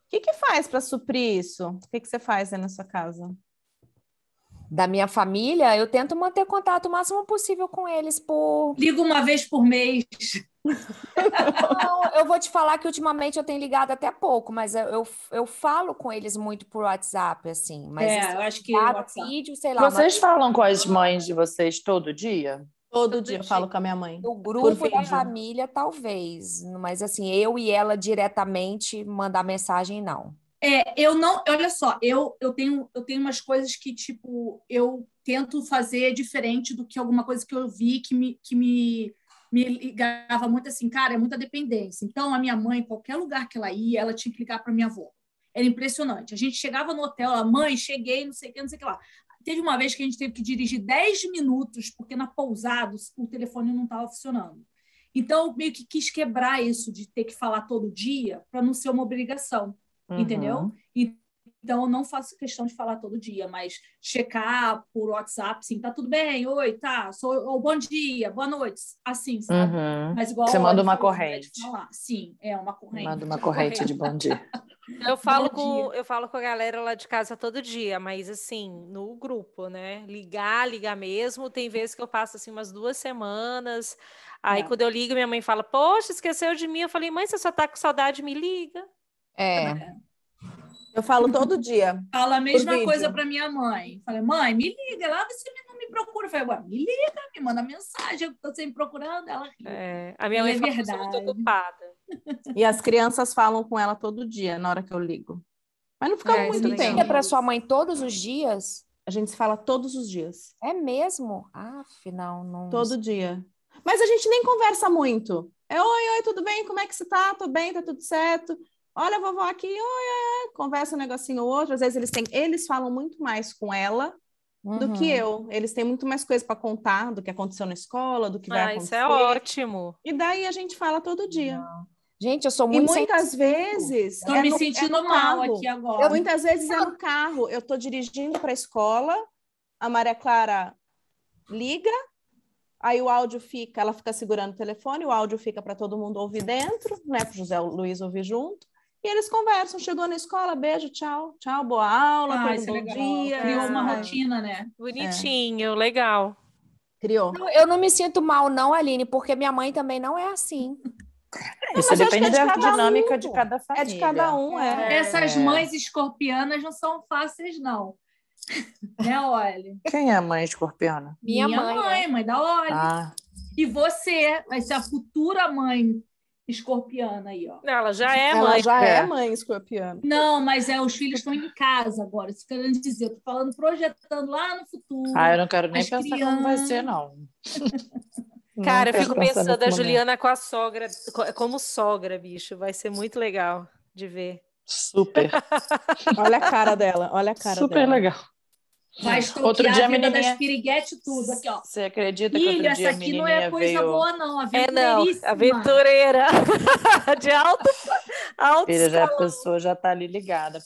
[SPEAKER 3] que, que faz para suprir isso? O que, que você faz aí na sua casa?
[SPEAKER 6] Da minha família, eu tento manter contato o máximo possível com eles por
[SPEAKER 4] Liga uma vez por mês.
[SPEAKER 6] Não, eu vou te falar que ultimamente eu tenho ligado até pouco, mas eu, eu, eu falo com eles muito por WhatsApp, assim. Mas
[SPEAKER 4] é,
[SPEAKER 6] assim,
[SPEAKER 4] eu acho que.
[SPEAKER 6] ligado,
[SPEAKER 4] WhatsApp.
[SPEAKER 6] vídeo, sei lá,
[SPEAKER 2] Vocês falam com as mães de vocês todo dia?
[SPEAKER 3] Todo,
[SPEAKER 1] Todo
[SPEAKER 3] dia eu
[SPEAKER 1] dia.
[SPEAKER 3] falo com a minha mãe.
[SPEAKER 6] o grupo da
[SPEAKER 3] vídeo.
[SPEAKER 6] família, talvez. Mas assim, eu e ela diretamente mandar mensagem, não.
[SPEAKER 4] É, eu não. Olha só, eu, eu, tenho, eu tenho umas coisas que, tipo, eu tento fazer diferente do que alguma coisa que eu vi que me. Que me me ligava muito assim, cara, é muita dependência. Então, a minha mãe, qualquer lugar que ela ia, ela tinha que ligar para minha avó. Era impressionante. A gente chegava no hotel, a mãe, cheguei, não sei o que, não sei o que lá. Teve uma vez que a gente teve que dirigir 10 minutos, porque na pousada o telefone não estava funcionando. Então, eu meio que quis quebrar isso de ter que falar todo dia para não ser uma obrigação.
[SPEAKER 2] Uhum.
[SPEAKER 4] Entendeu? Então, eu não faço questão de falar todo dia, mas checar por WhatsApp, assim, tá tudo bem, oi, tá, sou, ou bom dia, boa noite, assim, sabe?
[SPEAKER 2] Uhum.
[SPEAKER 4] Mas igual
[SPEAKER 2] Você
[SPEAKER 4] a
[SPEAKER 2] manda
[SPEAKER 4] Olga
[SPEAKER 2] uma
[SPEAKER 4] falou, né, de
[SPEAKER 2] corrente.
[SPEAKER 4] falar. Sim, é uma corrente.
[SPEAKER 2] Manda uma corrente de bom dia.
[SPEAKER 1] Eu falo,
[SPEAKER 4] Bom
[SPEAKER 1] com, eu falo com a galera lá de casa todo dia, mas assim, no grupo, né? Ligar, ligar mesmo. Tem vezes que eu passo assim umas duas semanas. Aí
[SPEAKER 4] É.
[SPEAKER 1] quando eu ligo, minha mãe fala: Poxa, esqueceu de mim. Eu falei: Mãe, você só tá com saudade, me liga.
[SPEAKER 6] É.
[SPEAKER 3] Eu falo todo dia.
[SPEAKER 4] Fala a mesma
[SPEAKER 3] vídeo.
[SPEAKER 4] coisa para minha mãe. Falei, mãe, me liga, lá você não me procura. Eu falei, ué, me liga, me manda mensagem, eu tô sempre procurando. Ela ri.
[SPEAKER 1] É, a minha
[SPEAKER 4] É
[SPEAKER 1] mãe fala: "Eu sou muito
[SPEAKER 4] verdade.
[SPEAKER 1] ocupada.
[SPEAKER 3] E as crianças falam com ela todo dia, na hora que eu ligo. Mas não ficamos
[SPEAKER 1] É, isso
[SPEAKER 3] muito
[SPEAKER 1] é legal.
[SPEAKER 3] tempo.
[SPEAKER 6] assim, Liga para sua mãe todos os dias?
[SPEAKER 3] A gente se fala todos os dias.
[SPEAKER 6] É mesmo? Ah, afinal, não.
[SPEAKER 3] Todo dia. Mas a gente nem conversa muito. É oi, oi, tudo bem? Como é que você tá? Tô bem, tá tudo certo? Olha, vovó aqui, oi, oi, oi. Conversa um negocinho ou outro. Às vezes eles têm, eles falam muito mais com ela do que
[SPEAKER 6] Uhum.
[SPEAKER 1] Uhum.
[SPEAKER 3] eu. Eles têm muito mais coisa para contar do que aconteceu na escola, do que vai
[SPEAKER 1] Ah,
[SPEAKER 3] acontecer.
[SPEAKER 1] isso é ótimo.
[SPEAKER 3] E daí a gente fala todo dia.
[SPEAKER 6] Gente, eu sou
[SPEAKER 3] E
[SPEAKER 6] muito.
[SPEAKER 3] muitas vezes
[SPEAKER 4] Tô
[SPEAKER 3] é
[SPEAKER 4] me
[SPEAKER 3] no- é
[SPEAKER 4] sentindo
[SPEAKER 3] no
[SPEAKER 4] mal
[SPEAKER 3] carro.
[SPEAKER 4] aqui agora.
[SPEAKER 3] Muitas vezes é no carro. Eu estou dirigindo para a escola, a Maria Clara liga, aí o áudio fica, ela fica segurando o telefone, o áudio fica para todo mundo ouvir dentro, né? Para o José Luiz ouvir junto. E eles conversam, chegou na escola, beijo, tchau, tlau, boa aula,
[SPEAKER 4] Ah,
[SPEAKER 3] todo
[SPEAKER 4] isso é
[SPEAKER 3] bom
[SPEAKER 4] legal.
[SPEAKER 3] dia.
[SPEAKER 4] Criou uma
[SPEAKER 3] sabe?
[SPEAKER 4] rotina, né?
[SPEAKER 1] Bonitinho, legal.
[SPEAKER 3] Criou.
[SPEAKER 6] Eu não me sinto mal, não, Aline, porque minha mãe também não é assim.
[SPEAKER 3] mas
[SPEAKER 2] Isso
[SPEAKER 3] acho
[SPEAKER 2] depende
[SPEAKER 3] que é de
[SPEAKER 2] da
[SPEAKER 3] cada
[SPEAKER 2] dinâmica
[SPEAKER 3] um.
[SPEAKER 2] de cada
[SPEAKER 3] É
[SPEAKER 2] família.
[SPEAKER 3] de cada um, é.
[SPEAKER 4] Essas mães escorpianas não são fáceis, não. né, Olhe?
[SPEAKER 2] Quem é a mãe escorpiana?
[SPEAKER 6] Minha mãe,
[SPEAKER 3] é.
[SPEAKER 4] mãe da Olhe.
[SPEAKER 2] Ah,
[SPEAKER 4] E você, vai ser a futura mãe escorpiana aí, ó.
[SPEAKER 1] Não, Ela já é
[SPEAKER 3] Ela
[SPEAKER 1] mãe.
[SPEAKER 3] já
[SPEAKER 2] é.
[SPEAKER 3] é mãe escorpiana.
[SPEAKER 4] Não, mas é, os filhos estão em casa agora. Isso querendo dizer, eu tô falando, projetando lá no futuro.
[SPEAKER 2] ah eu não quero nem
[SPEAKER 4] As
[SPEAKER 2] pensar como vai ser, não. Não
[SPEAKER 1] Cara, eu
[SPEAKER 2] quero
[SPEAKER 1] fico
[SPEAKER 2] pensar
[SPEAKER 1] pensando a
[SPEAKER 2] nesse momento.
[SPEAKER 1] Juliana tá com a sogra, co- como sogra, bicho. Vai ser muito legal de ver.
[SPEAKER 2] Super,
[SPEAKER 3] Olha a cara dela, olha a cara
[SPEAKER 2] super
[SPEAKER 3] dela.
[SPEAKER 2] legal.
[SPEAKER 4] Vai estoquear
[SPEAKER 2] Outro dia
[SPEAKER 4] a
[SPEAKER 2] a
[SPEAKER 4] vida
[SPEAKER 2] menininha-
[SPEAKER 4] das piriguete tudo aqui, ó.
[SPEAKER 2] Você acredita que
[SPEAKER 4] Filho,
[SPEAKER 2] outro dia
[SPEAKER 4] essa
[SPEAKER 2] a
[SPEAKER 4] aqui não é
[SPEAKER 2] menininha
[SPEAKER 4] coisa
[SPEAKER 2] veio...
[SPEAKER 4] boa, não.
[SPEAKER 1] É, não,
[SPEAKER 4] Aventureiríssima.
[SPEAKER 1] aventureira de alto, alto
[SPEAKER 2] Filha, já, a pessoa já tá ali ligada.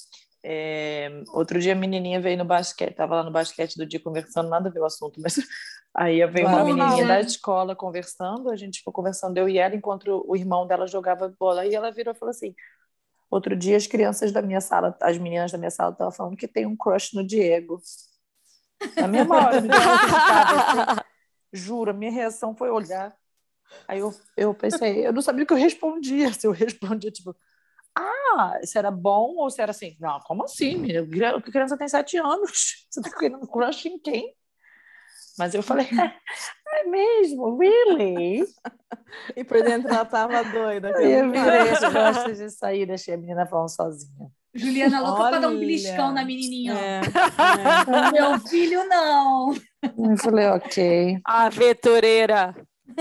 [SPEAKER 2] É, outro dia a menininha veio no basquete, tava lá no basquete do dia conversando, nada a ver o assunto, mas aí veio uma
[SPEAKER 3] Claro.
[SPEAKER 2] menininha
[SPEAKER 4] Normal,
[SPEAKER 2] da
[SPEAKER 4] né?
[SPEAKER 2] escola conversando, a gente ficou conversando, eu e ela, enquanto o irmão dela jogava bola, e ela virou e falou assim, outro dia as crianças da minha sala, as meninas da minha sala estavam falando que tem um crush no Diego. Na mesma hora, me deu uma irritada, assim. juro, a minha reação foi olhar. Aí eu, eu pensei, eu não sabia o que eu respondia, se eu respondia, tipo, ah, se era bom ou se era assim. Não, como assim, menina? Cri- Criança tem sete anos. Você tá querendo crush em quem? Mas eu falei, é mesmo? Really?
[SPEAKER 3] E por dentro ela tava doida.
[SPEAKER 2] Aí eu
[SPEAKER 3] cara.
[SPEAKER 2] virei as costas e saí, deixei a menina falando sozinha.
[SPEAKER 4] Juliana louca pra dar um
[SPEAKER 3] Olha.
[SPEAKER 4] beliscão na menininha. ó.
[SPEAKER 3] É.
[SPEAKER 4] Meu filho, não.
[SPEAKER 2] Eu falei, ok.
[SPEAKER 1] Aventureira.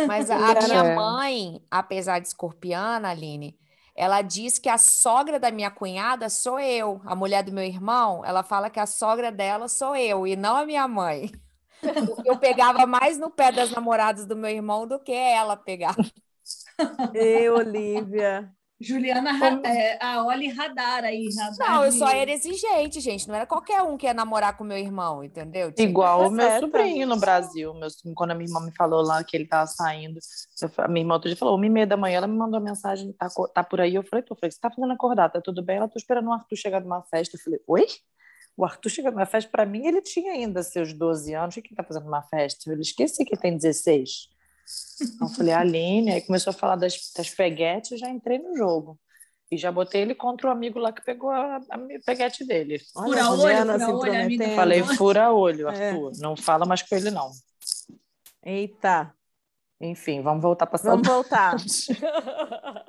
[SPEAKER 6] Mas a, a minha mãe, apesar de escorpiana, Aline, Ela diz que a sogra da minha cunhada sou eu. A mulher do meu irmão, ela fala que a sogra dela sou eu e não a minha mãe. Porque eu pegava mais no pé das namoradas do meu irmão do que ela pegava.
[SPEAKER 7] Eu, Olivia.
[SPEAKER 4] Juliana, Ra- é, a Oli Radar aí. Radar
[SPEAKER 6] Não, eu
[SPEAKER 4] de-
[SPEAKER 6] só era exigente, gente. Não era qualquer um que ia namorar com meu irmão, entendeu? Tinha-
[SPEAKER 2] Igual o meu
[SPEAKER 7] certa.
[SPEAKER 2] sobrinho no Brasil. Meu, quando a minha irmã me falou lá que ele tava saindo, eu fa- a minha irmã outro dia falou, uma e meia da manhã, ela me mandou uma mensagem, tá, co- tá por aí? Eu falei, tô, eu falei, você tá fazendo acordar, tá tudo bem? Ela, tô esperando o Arthur chegar de uma festa. Eu falei, oi? O Arthur chegando numa festa, pra mim, ele tinha ainda seus 12 anos. O que que tá fazendo uma festa? Eu esqueci que ele tem 16. Então, eu falei, Aline, aí começou a falar das, das peguetes, eu já entrei no jogo. E já botei ele contra o amigo lá que pegou a, a peguete dele.
[SPEAKER 4] Fura olho,
[SPEAKER 7] Juliana se
[SPEAKER 4] fura olho, amiga.
[SPEAKER 7] intrometendo.
[SPEAKER 2] Falei, fura olho,
[SPEAKER 7] É.
[SPEAKER 2] Arthur. Não fala mais com ele, não.
[SPEAKER 7] Eita,
[SPEAKER 2] Enfim, vamos voltar para
[SPEAKER 7] vamos
[SPEAKER 2] saudade.
[SPEAKER 7] voltar.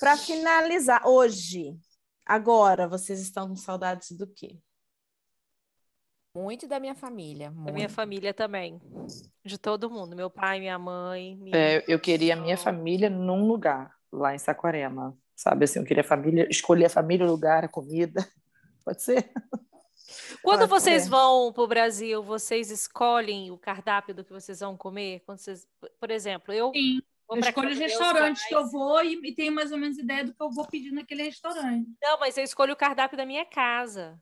[SPEAKER 7] Para finalizar, hoje, agora, vocês estão com saudades do quê?
[SPEAKER 6] Muito da minha família.
[SPEAKER 5] Da
[SPEAKER 6] Muito.
[SPEAKER 5] minha família também. De todo mundo. Meu pai, minha mãe. Minha...
[SPEAKER 2] É, eu queria a minha família num lugar, lá em Saquarema. Sabe assim, eu queria a família, escolher a família, o lugar, a comida. Pode ser?
[SPEAKER 5] Quando
[SPEAKER 7] Pode
[SPEAKER 5] vocês
[SPEAKER 7] ser.
[SPEAKER 5] vão para o Brasil, vocês escolhem o cardápio do que vocês vão comer? Quando vocês... Por exemplo, eu
[SPEAKER 4] Sim,
[SPEAKER 5] vou
[SPEAKER 4] Eu
[SPEAKER 5] pra
[SPEAKER 4] escolho
[SPEAKER 5] casa dos
[SPEAKER 4] os
[SPEAKER 5] meus
[SPEAKER 4] restaurantes que eu
[SPEAKER 5] pais.
[SPEAKER 4] vou e, e tenho mais ou menos ideia do que eu vou pedir naquele restaurante.
[SPEAKER 5] Não, mas eu escolho o cardápio da minha casa.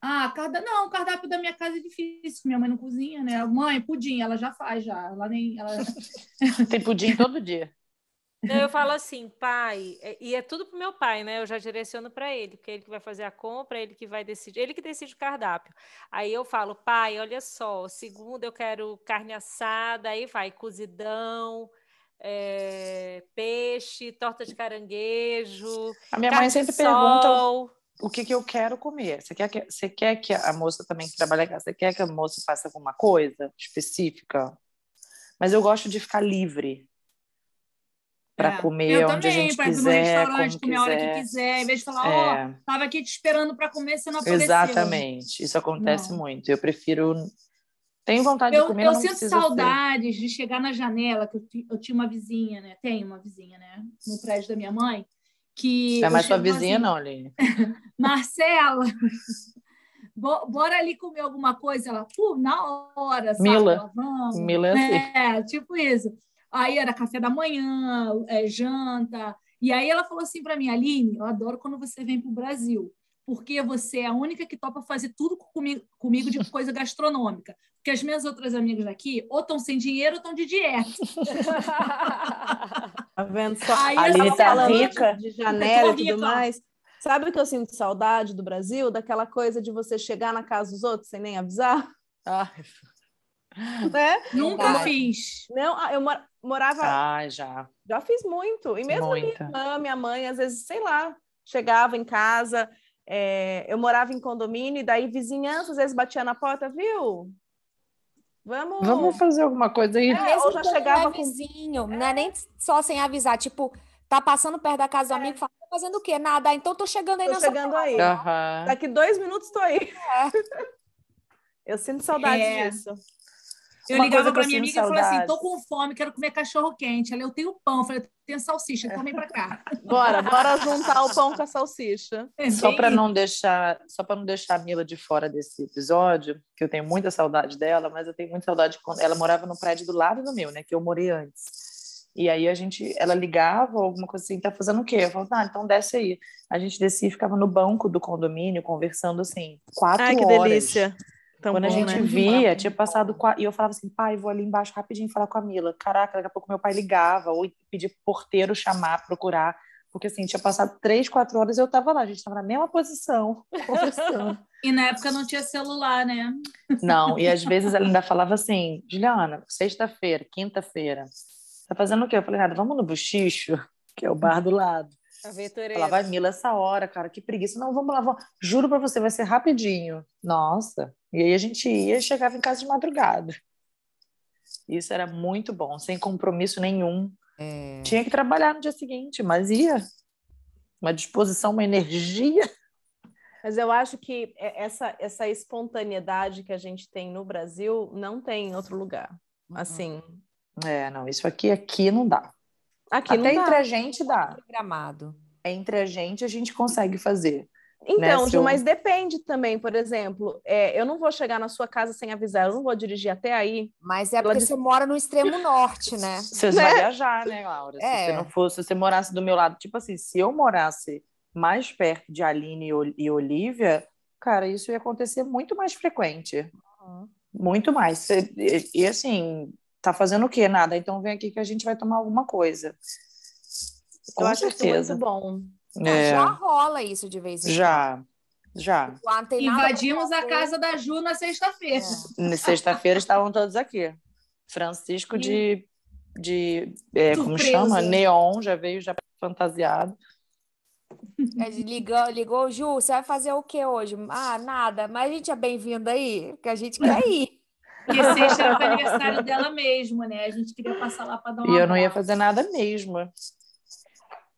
[SPEAKER 4] Ah, carda... não, o cardápio da minha casa é difícil, minha mãe não cozinha, né? Mãe, pudim, ela já faz, já. Ela nem. Ela...
[SPEAKER 2] Tem pudim todo dia.
[SPEAKER 5] Não, eu falo assim, pai, é- e é tudo pro meu pai, né? Eu já direciono para ele, porque é ele que vai fazer a compra, é ele que vai decidir, ele que decide o cardápio. Aí eu falo, pai, olha só, segunda eu quero carne assada, aí vai cozidão, é, peixe, torta de caranguejo,
[SPEAKER 2] A minha
[SPEAKER 5] carne
[SPEAKER 2] mãe
[SPEAKER 5] de
[SPEAKER 2] sempre pergunta
[SPEAKER 5] sol.
[SPEAKER 2] o que, que eu quero comer. Você quer que, você quer que a moça também que trabalha em casa, você quer que a moça faça alguma coisa específica? Mas eu gosto de ficar livre para
[SPEAKER 4] É.
[SPEAKER 2] comer
[SPEAKER 4] eu
[SPEAKER 2] onde a
[SPEAKER 4] também,
[SPEAKER 2] gente
[SPEAKER 4] pra ir no
[SPEAKER 2] quiser,
[SPEAKER 4] restaurante,
[SPEAKER 2] como
[SPEAKER 4] comer a hora que
[SPEAKER 2] quiser.
[SPEAKER 4] quiser, em vez de falar, ó,
[SPEAKER 2] É.
[SPEAKER 4] tava aqui te esperando pra comer, você não apareceu.
[SPEAKER 2] Exatamente, isso acontece
[SPEAKER 4] Não.
[SPEAKER 2] muito. Eu prefiro. Tenho vontade de
[SPEAKER 4] Eu,
[SPEAKER 2] comer,
[SPEAKER 4] eu
[SPEAKER 2] mas não
[SPEAKER 4] sinto
[SPEAKER 2] preciso ter.
[SPEAKER 4] saudades de chegar na janela, que eu, ti- eu tinha uma vizinha, né? Tem uma vizinha, né? No prédio da minha mãe. Que
[SPEAKER 2] É
[SPEAKER 4] eu
[SPEAKER 2] mais sua
[SPEAKER 4] chegava
[SPEAKER 2] vizinha,
[SPEAKER 4] assim,
[SPEAKER 2] não, Aline.
[SPEAKER 4] Marcela, bo- bora ali comer alguma coisa? Ela, pô, na hora, sabe?
[SPEAKER 2] Mila.
[SPEAKER 4] Ela, Vamos.
[SPEAKER 2] Mila é assim.
[SPEAKER 4] É, tipo isso. Aí era café da manhã, é, janta. E aí ela falou assim para mim, Aline, eu adoro quando você vem pro Brasil, porque você é a única que topa fazer tudo comigo, comigo de coisa gastronômica. Porque as minhas outras amigas daqui ou estão sem dinheiro ou estão de dieta.
[SPEAKER 7] Tá vendo só?
[SPEAKER 4] Aí
[SPEAKER 7] Ela
[SPEAKER 2] Ali
[SPEAKER 7] tava
[SPEAKER 2] tá
[SPEAKER 7] falando
[SPEAKER 2] rica.
[SPEAKER 7] De janela e
[SPEAKER 4] Tô
[SPEAKER 7] tudo
[SPEAKER 4] rica.
[SPEAKER 7] mais. Sabe o que eu sinto saudade do Brasil? Daquela coisa de você chegar na casa dos outros sem nem avisar,
[SPEAKER 5] ah,
[SPEAKER 2] Ai,
[SPEAKER 7] né?
[SPEAKER 2] é
[SPEAKER 4] Nunca
[SPEAKER 6] Verdade.
[SPEAKER 4] fiz.
[SPEAKER 7] Não, ah, eu mora- morava,
[SPEAKER 2] ai, Ah, já.
[SPEAKER 7] já fiz muito. E mesmo
[SPEAKER 2] Muita.
[SPEAKER 7] irmã, minha mãe, às vezes, sei lá, chegava em casa, é, eu morava em condomínio, e daí vizinhança, às vezes batia na porta, viu? Vamos.
[SPEAKER 2] Vamos fazer alguma coisa aí.
[SPEAKER 7] É,
[SPEAKER 6] Mesmo
[SPEAKER 7] ou já
[SPEAKER 6] quando
[SPEAKER 7] chegava
[SPEAKER 6] é
[SPEAKER 7] com-
[SPEAKER 6] vizinho, não é nem só sem avisar, tipo, tá passando perto da casa do amigo, fala, tá fazendo o quê? Nada, "Ah, então tô chegando aí
[SPEAKER 7] É. Tô
[SPEAKER 6] na
[SPEAKER 7] chegando aí.
[SPEAKER 6] É.
[SPEAKER 2] Aham.
[SPEAKER 7] Daqui dois minutos tô aí. Eu sinto saudade
[SPEAKER 4] É.
[SPEAKER 7] disso.
[SPEAKER 4] Eu
[SPEAKER 2] Uma coisa
[SPEAKER 4] ligava
[SPEAKER 2] que eu
[SPEAKER 4] para minha amiga
[SPEAKER 2] sinto
[SPEAKER 4] e falava assim,
[SPEAKER 2] saudade.
[SPEAKER 4] tô com fome, quero comer cachorro quente. Ela, eu tenho pão. Eu falei, eu tenho salsicha, então vem para cá.
[SPEAKER 7] Bora, bora juntar o pão com a salsicha.
[SPEAKER 4] É
[SPEAKER 2] Só
[SPEAKER 4] bem
[SPEAKER 2] para
[SPEAKER 4] isso.
[SPEAKER 2] não deixar, só para não deixar a Mila de fora desse episódio, que eu tenho muita saudade dela, mas eu tenho muita saudade quando ela morava no prédio do lado do meu, né, que eu morei antes. E aí a gente, ela ligava ou alguma coisa assim, tá fazendo o quê? Eu falava, ah, então desce aí. A gente descia e ficava no banco do condomínio conversando assim, quatro
[SPEAKER 7] Ai, que
[SPEAKER 2] horas.
[SPEAKER 7] delícia. Tão
[SPEAKER 2] Quando a
[SPEAKER 7] bom,
[SPEAKER 2] gente
[SPEAKER 7] né?
[SPEAKER 2] via, tinha passado qua- e eu falava assim, pai, vou ali embaixo rapidinho falar com a Mila. Caraca, daqui a pouco meu pai ligava ou pedia pro porteiro chamar, procurar, porque assim tinha passado três, quatro horas e eu tava lá, a gente tava na mesma posição, conversando.
[SPEAKER 4] E na época não tinha celular, né?
[SPEAKER 2] Não, e às vezes ela ainda falava assim, Juliana, sexta-feira, quinta-feira, tá fazendo o quê? Eu falei nada, vamos no bochicho, que é o bar do lado.
[SPEAKER 5] Aventureira.
[SPEAKER 2] Ela vai Mila essa hora, cara, que preguiça. Não, vamos lá, vamos. juro pra você, vai ser rapidinho. Nossa. E aí a gente ia e chegava em casa de madrugada. Isso era muito bom, sem compromisso nenhum.
[SPEAKER 6] É,
[SPEAKER 2] Tinha que trabalhar no dia seguinte, mas ia. Uma disposição, uma energia.
[SPEAKER 7] Mas eu acho que é- essa, essa espontaneidade que a gente tem no Brasil não tem em outro lugar. Assim,
[SPEAKER 2] É, não, isso aqui aqui não dá.
[SPEAKER 7] aqui
[SPEAKER 2] Até
[SPEAKER 7] não dá.
[SPEAKER 2] entre a gente dá.
[SPEAKER 6] programado.
[SPEAKER 2] entre a gente, a gente consegue fazer.
[SPEAKER 7] Então,
[SPEAKER 2] né,
[SPEAKER 7] Ju,
[SPEAKER 2] seu-
[SPEAKER 7] mas depende também, por exemplo, é, eu não vou chegar na sua casa sem avisar, eu não vou dirigir até aí.
[SPEAKER 6] Mas é porque
[SPEAKER 7] disse-
[SPEAKER 6] você mora no extremo norte, né?
[SPEAKER 2] Você
[SPEAKER 7] Né?
[SPEAKER 2] vai viajar, né, Laura? Se
[SPEAKER 6] É.
[SPEAKER 2] você não fosse, se você morasse do meu lado, tipo assim, se eu morasse mais perto de Aline e Ol- e Olivia, cara, isso ia acontecer muito mais frequente. Muito mais. Você- E, e, assim, tá fazendo o quê? Nada. Então vem aqui que a gente vai tomar alguma coisa. Com
[SPEAKER 7] eu
[SPEAKER 3] é
[SPEAKER 7] acho isso
[SPEAKER 2] certeza.
[SPEAKER 7] muito bom.
[SPEAKER 6] Ah,
[SPEAKER 2] É,
[SPEAKER 6] Já rola isso de vez em quando.
[SPEAKER 2] já, já.
[SPEAKER 6] Ah, não tem nada
[SPEAKER 4] Invadimos
[SPEAKER 6] pra
[SPEAKER 4] a
[SPEAKER 6] fazer.
[SPEAKER 4] casa da Ju na sexta-feira.
[SPEAKER 6] É.
[SPEAKER 2] Na Sexta-feira estavam todos aqui. Francisco de. de é, como
[SPEAKER 4] Surpresa.
[SPEAKER 2] chama? Neon, já veio já fantasiado.
[SPEAKER 6] É, ligou, ligou, Ju, você vai fazer o que hoje? Ah, nada, mas a gente é bem-vindo aí, que a gente quer ir.
[SPEAKER 4] Porque sexta era o aniversário dela mesmo, né? A gente queria passar lá para dar uma
[SPEAKER 2] E eu não ia
[SPEAKER 4] volta.
[SPEAKER 2] fazer nada mesmo.